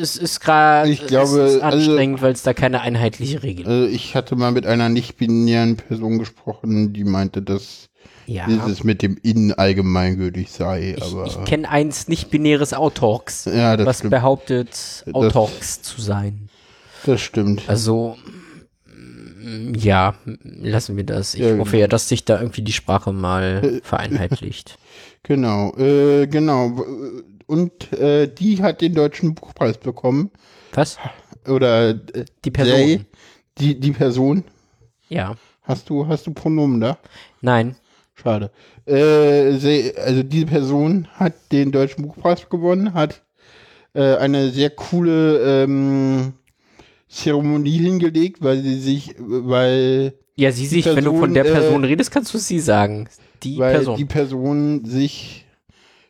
[SPEAKER 1] Es ist gerade
[SPEAKER 2] Ich glaube,
[SPEAKER 1] es ist
[SPEAKER 2] also-
[SPEAKER 1] anstrengend, weil es da keine einheitliche Regel gibt.
[SPEAKER 2] Also ich hatte mal mit einer nicht-binären Person gesprochen, die meinte, dass
[SPEAKER 1] Ja.
[SPEAKER 2] dieses mit dem In allgemeingültig sei.
[SPEAKER 1] Ich,
[SPEAKER 2] aber
[SPEAKER 1] ich kenne eins nicht-binäres Autox,
[SPEAKER 2] ja, das
[SPEAKER 1] was
[SPEAKER 2] stimmt.
[SPEAKER 1] behauptet, Autox zu sein.
[SPEAKER 2] Das stimmt.
[SPEAKER 1] Also, mm, ja, lassen wir das. Ich
[SPEAKER 2] Ja, genau. Äh,
[SPEAKER 1] hoffe ja, dass sich da irgendwie die Sprache mal vereinheitlicht.
[SPEAKER 2] Genau, äh, genau. W- Und äh, die hat den deutschen Buchpreis bekommen.
[SPEAKER 1] Was?
[SPEAKER 2] Oder äh,
[SPEAKER 1] Die Person?
[SPEAKER 2] they, die, die Person.
[SPEAKER 1] Ja.
[SPEAKER 2] Hast du, hast du Pronomen da?
[SPEAKER 1] Nein.
[SPEAKER 2] Schade. Äh, sie, also diese Person hat den Deutschen Buchpreis gewonnen, hat äh, eine sehr coole ähm, Zeremonie hingelegt, weil sie sich, äh, weil,
[SPEAKER 1] Ja, sie sich, wenn du
[SPEAKER 2] Person,
[SPEAKER 1] von der
[SPEAKER 2] äh,
[SPEAKER 1] Person redest, kannst du sie sagen. Die
[SPEAKER 2] weil
[SPEAKER 1] Person.
[SPEAKER 2] die Person sich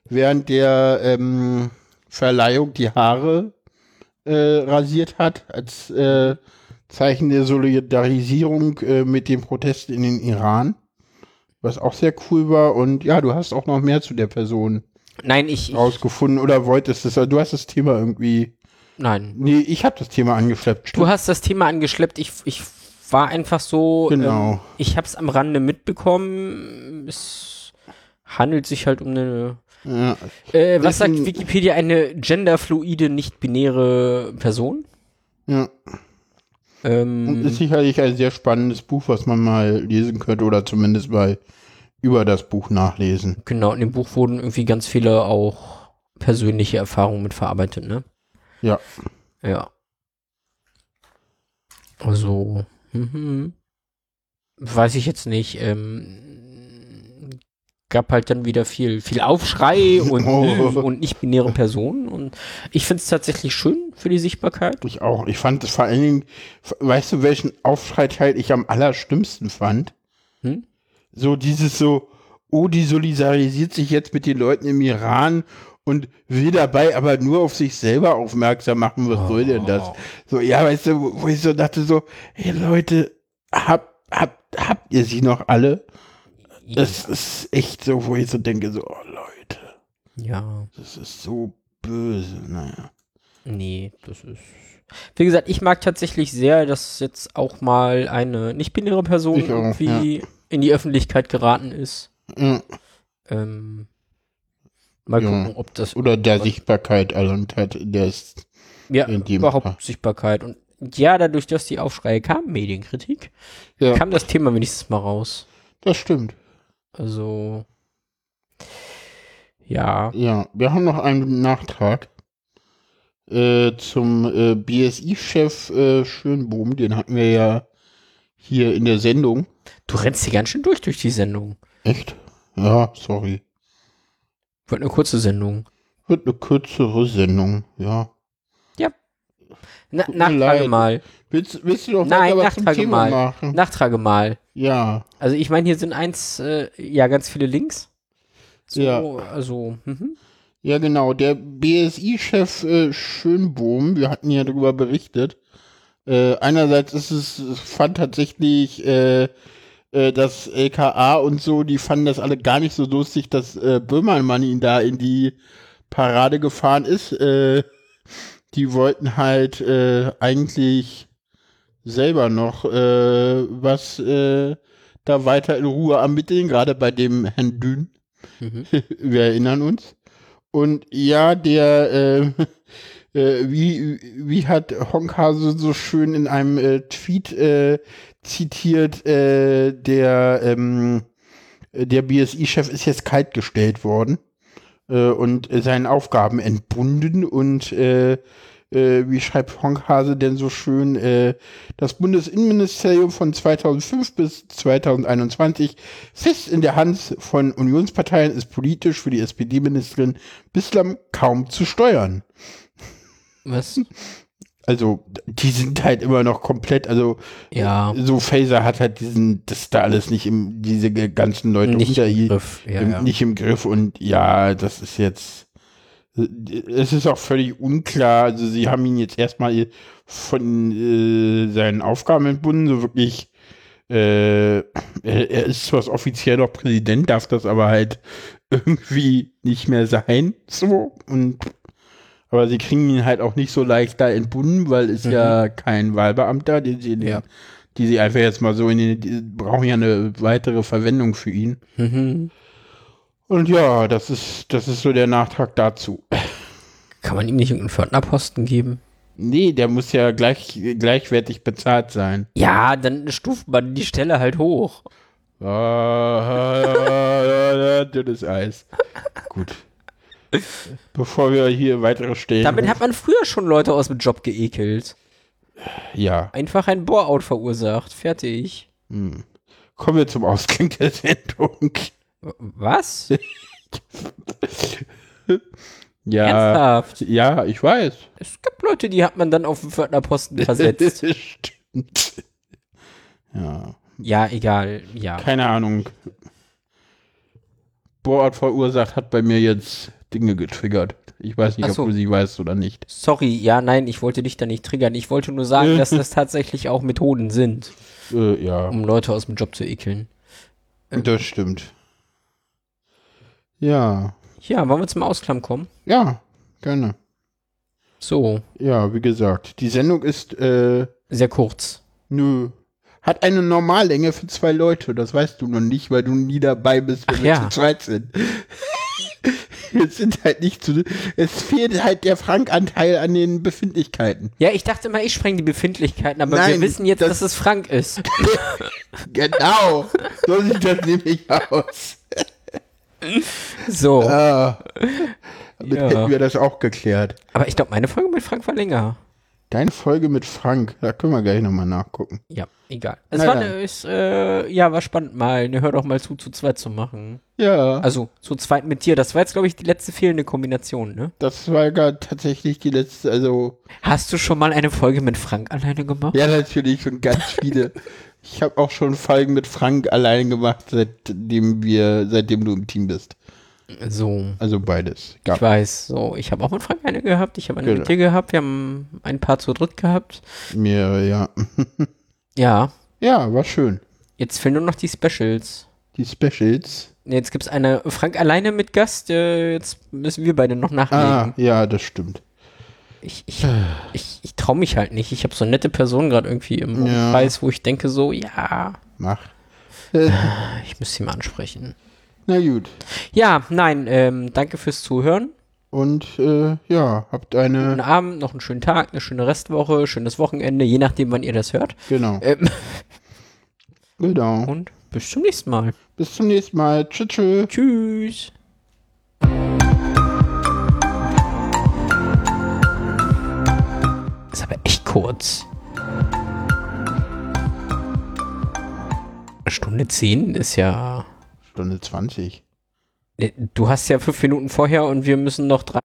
[SPEAKER 2] während der ähm, Verleihung die Haare äh, rasiert hat, als äh, Zeichen der Solidarisierung äh, mit den Protesten in den Iran. Was auch sehr cool war. Und ja, du hast auch noch mehr zu der Person
[SPEAKER 1] nein, ich, ich
[SPEAKER 2] rausgefunden oder wolltest es. Du hast das Thema irgendwie.
[SPEAKER 1] nein.
[SPEAKER 2] Nee, ich habe das Thema angeschleppt.
[SPEAKER 1] Du hast das Thema angeschleppt. Ich, ich war einfach so.
[SPEAKER 2] Genau.
[SPEAKER 1] Ähm, ich habe es am Rande mitbekommen. Es handelt sich halt um eine.
[SPEAKER 2] ja,
[SPEAKER 1] Äh, was
[SPEAKER 2] Ist
[SPEAKER 1] sagt
[SPEAKER 2] ein-
[SPEAKER 1] Wikipedia? Eine genderfluide, nicht-binäre Person?
[SPEAKER 2] ja. Und
[SPEAKER 1] Ähm,
[SPEAKER 2] ist sicherlich ein sehr spannendes Buch, was man mal lesen könnte oder zumindest mal über das Buch nachlesen.
[SPEAKER 1] genau, in dem Buch wurden irgendwie ganz viele auch persönliche Erfahrungen mit verarbeitet, ne?
[SPEAKER 2] Ja.
[SPEAKER 1] Ja. Also, mhm. weiß ich jetzt nicht. Ähm, gab halt dann wieder viel, viel Aufschrei und,
[SPEAKER 2] Oh.
[SPEAKER 1] und nicht-binäre Personen. Und ich finde es tatsächlich schön für die Sichtbarkeit.
[SPEAKER 2] Ich auch. Ich fand es vor allen Dingen, weißt du, welchen Aufschreiteil ich am allerschlimmsten fand?
[SPEAKER 1] Hm?
[SPEAKER 2] So dieses so, oh, die solidarisiert sich jetzt mit den Leuten im Iran und will dabei aber nur auf sich selber aufmerksam machen. Was soll denn das? So, ja, weißt du, wo- wo ich so dachte so, hey Leute, hab, hab, habt ihr sie noch alle? Das ist echt so, wo ich so denke, so, oh Leute,
[SPEAKER 1] Ja,
[SPEAKER 2] das ist so böse, naja.
[SPEAKER 1] nee, das ist. Wie gesagt, ich mag tatsächlich sehr, dass jetzt auch mal eine nicht-binäre Person
[SPEAKER 2] Ich auch,
[SPEAKER 1] irgendwie in die Öffentlichkeit geraten ist.
[SPEAKER 2] Ja.
[SPEAKER 1] Ähm, mal
[SPEAKER 2] Ja.
[SPEAKER 1] gucken, ob das
[SPEAKER 2] Oder der Sichtbarkeit erlangt hat, der ist,
[SPEAKER 1] Ja,
[SPEAKER 2] in jedem
[SPEAKER 1] überhaupt
[SPEAKER 2] Fall.
[SPEAKER 1] Sichtbarkeit. Und ja, dadurch, dass die Aufschreie kamen, Medienkritik,
[SPEAKER 2] ja,
[SPEAKER 1] kam das Thema wenigstens mal raus.
[SPEAKER 2] das stimmt.
[SPEAKER 1] Also, ja,
[SPEAKER 2] Ja, wir haben noch einen Nachtrag äh, zum äh, BSI-Chef äh, Schönbohm, den hatten wir ja hier in der Sendung.
[SPEAKER 1] du rennst hier ganz schön durch durch die Sendung.
[SPEAKER 2] Echt? Ja, sorry.
[SPEAKER 1] Wird eine kurze Sendung.
[SPEAKER 2] Wird eine kürzere Sendung, ja.
[SPEAKER 1] Na,
[SPEAKER 2] mir
[SPEAKER 1] nachtrage
[SPEAKER 2] leid. Hm.
[SPEAKER 1] mal.
[SPEAKER 2] Willst, willst du doch
[SPEAKER 1] Nein,
[SPEAKER 2] weiter was zum
[SPEAKER 1] nachtrage
[SPEAKER 2] Thema
[SPEAKER 1] mal.
[SPEAKER 2] machen?
[SPEAKER 1] Nachtrage mal.
[SPEAKER 2] Ja,
[SPEAKER 1] Also, ich meine, hier sind eins, äh, ja, ganz viele Links. So,
[SPEAKER 2] Ja.
[SPEAKER 1] also, mhm.
[SPEAKER 2] ja genau. Der BSI-Chef äh, Schönbohm, wir hatten ja darüber berichtet. Äh, einerseits ist es, es fand tatsächlich äh, äh, das LKA und so, die fanden das alle gar nicht so lustig, dass äh, Böhmermann ihn da in die Parade gefahren ist. Äh, die wollten halt äh, eigentlich selber noch äh, was äh, da weiter in Ruhe ermitteln, gerade bei dem Herrn Dün.
[SPEAKER 1] Mhm.
[SPEAKER 2] Wir erinnern uns. Und ja, der, äh, äh, wie, wie hat Honkhase so schön in einem äh, Tweet äh, zitiert, äh, der, ähm, der BSI-Chef ist jetzt kaltgestellt worden äh, und seinen Aufgaben entbunden und äh, äh, wie schreibt Honkhase denn so schön, äh, das Bundesinnenministerium von 2005 bis 2021 fest in der Hand von Unionsparteien ist politisch für die SPD-Ministerin bislang kaum zu steuern.
[SPEAKER 1] Was?
[SPEAKER 2] Also, die sind halt immer noch komplett, also
[SPEAKER 1] Ja,
[SPEAKER 2] so Faser hat halt diesen, das da alles nicht im, diese ganzen Leute
[SPEAKER 1] nicht
[SPEAKER 2] unter
[SPEAKER 1] im
[SPEAKER 2] ihr-
[SPEAKER 1] Griff. Ja,
[SPEAKER 2] halt im,
[SPEAKER 1] ja.
[SPEAKER 2] nicht im Griff und ja, das ist jetzt es ist auch völlig unklar. Also sie haben ihn jetzt erstmal von äh, seinen Aufgaben entbunden, so wirklich. Äh, er, er ist zwar offiziell noch Präsident, darf das aber halt irgendwie nicht mehr sein. So und aber sie kriegen ihn halt auch nicht so leicht da entbunden, weil ist
[SPEAKER 1] Mhm.
[SPEAKER 2] ja kein Wahlbeamter, den sie, in den,
[SPEAKER 1] Ja.
[SPEAKER 2] die sie einfach jetzt mal so in den, die brauchen ja eine weitere Verwendung für ihn.
[SPEAKER 1] Mhm.
[SPEAKER 2] Und ja, das ist, das ist so der Nachtrag dazu.
[SPEAKER 1] Kann man ihm nicht irgendeinen Fördnerposten geben?
[SPEAKER 2] Nee, der muss ja gleich, gleichwertig bezahlt sein.
[SPEAKER 1] Ja, dann stuft man die Stelle halt hoch.
[SPEAKER 2] Ah, Dünnes Eis. Gut. Bevor wir hier weitere Stellen.
[SPEAKER 1] Damit hat man früher schon Leute aus dem Job geekelt.
[SPEAKER 2] ja.
[SPEAKER 1] Einfach ein Bore-out verursacht. Fertig.
[SPEAKER 2] Kommen wir zum Ausgang der Sendung.
[SPEAKER 1] W- Was?
[SPEAKER 2] Ja.
[SPEAKER 1] Ernsthaft?
[SPEAKER 2] Ja, ich weiß.
[SPEAKER 1] Es gibt Leute, die hat man dann auf den Fördnerposten versetzt.
[SPEAKER 2] Stimmt. Ja.
[SPEAKER 1] ja, egal. Ja.
[SPEAKER 2] Keine Ahnung. Bohrort verursacht hat bei mir jetzt Dinge getriggert. Ich weiß nicht,
[SPEAKER 1] Ach
[SPEAKER 2] ob
[SPEAKER 1] so.
[SPEAKER 2] du sie weißt oder nicht.
[SPEAKER 1] Sorry, ja, nein, ich wollte dich da nicht triggern. Ich wollte nur sagen, dass das tatsächlich auch Methoden sind,
[SPEAKER 2] Äh, ja,
[SPEAKER 1] um Leute aus dem Job zu ekeln. Äh,
[SPEAKER 2] das stimmt. Ja.
[SPEAKER 1] Ja, wollen wir zum Ausklang kommen?
[SPEAKER 2] Ja, gerne.
[SPEAKER 1] So,
[SPEAKER 2] Ja, wie gesagt, die Sendung ist, äh,
[SPEAKER 1] sehr kurz.
[SPEAKER 2] nö. Hat eine Normallänge für zwei Leute, das weißt du noch nicht, weil du nie dabei bist, wenn
[SPEAKER 1] Ach
[SPEAKER 2] wir
[SPEAKER 1] ja.
[SPEAKER 2] zu zweit sind. es sind halt nicht zu, es fehlt halt der Frank-Anteil an den Befindlichkeiten.
[SPEAKER 1] Ja, ich dachte mal, ich spreng die Befindlichkeiten, aber wir
[SPEAKER 2] Nein,
[SPEAKER 1] wissen jetzt,
[SPEAKER 2] das-
[SPEAKER 1] dass es Frank ist.
[SPEAKER 2] Genau, so sieht das nämlich aus.
[SPEAKER 1] So,
[SPEAKER 2] Ah, damit
[SPEAKER 1] Ja.
[SPEAKER 2] hätten wir das auch geklärt.
[SPEAKER 1] aber ich glaube, meine Folge mit Frank war länger.
[SPEAKER 2] Deine Folge mit Frank, da können wir gleich nochmal nachgucken.
[SPEAKER 1] Ja, egal. Es
[SPEAKER 2] Na
[SPEAKER 1] war,
[SPEAKER 2] dann.
[SPEAKER 1] eine, ist, äh, ja, war spannend mal. Ne, hör doch mal zu, zu zweit zu machen.
[SPEAKER 2] Ja,
[SPEAKER 1] Also, zu zweit mit dir. Das war jetzt, glaube ich, die letzte fehlende Kombination, ne?
[SPEAKER 2] das war ja tatsächlich die letzte, also,
[SPEAKER 1] Hast du schon mal eine Folge mit Frank alleine gemacht?
[SPEAKER 2] ja, natürlich schon ganz viele. Ich habe auch schon Folgen mit Frank allein gemacht, seitdem wir, seitdem du im Team bist.
[SPEAKER 1] So.
[SPEAKER 2] Also beides.
[SPEAKER 1] Ich weiß, so, ich habe auch mit Frank eine gehabt, ich habe eine
[SPEAKER 2] Genau.
[SPEAKER 1] mit dir gehabt, wir haben ein paar zu dritt gehabt.
[SPEAKER 2] mir, ja.
[SPEAKER 1] Ja,
[SPEAKER 2] Ja, war schön.
[SPEAKER 1] jetzt fehlen nur noch die Specials.
[SPEAKER 2] Die Specials.
[SPEAKER 1] Nee, Jetzt gibt's eine Frank alleine mit Gast, äh, jetzt müssen wir beide noch nachlegen.
[SPEAKER 2] Ah, ja, das stimmt.
[SPEAKER 1] Ich, ich, ich, ich traue mich halt nicht. Ich habe so nette Personen gerade irgendwie im
[SPEAKER 2] Ja.
[SPEAKER 1] Kreis, wo ich denke so, ja,
[SPEAKER 2] Mach. Äh,
[SPEAKER 1] ich müsste sie mal ansprechen.
[SPEAKER 2] na gut.
[SPEAKER 1] Ja, nein, ähm, danke fürs Zuhören.
[SPEAKER 2] Und äh, ja, habt eine.
[SPEAKER 1] Guten Abend, noch einen schönen Tag, eine schöne Restwoche, schönes Wochenende, je nachdem, wann ihr das hört.
[SPEAKER 2] Genau.
[SPEAKER 1] Ähm,
[SPEAKER 2] Genau.
[SPEAKER 1] und bis zum nächsten Mal.
[SPEAKER 2] Bis zum nächsten Mal. Tschüss. tschüss.
[SPEAKER 1] Tschüss. Ist aber echt kurz. Stunde 10 ist ja. ne,
[SPEAKER 2] Stunde 20.
[SPEAKER 1] Du hast ja fünf Minuten vorher und wir müssen noch drei.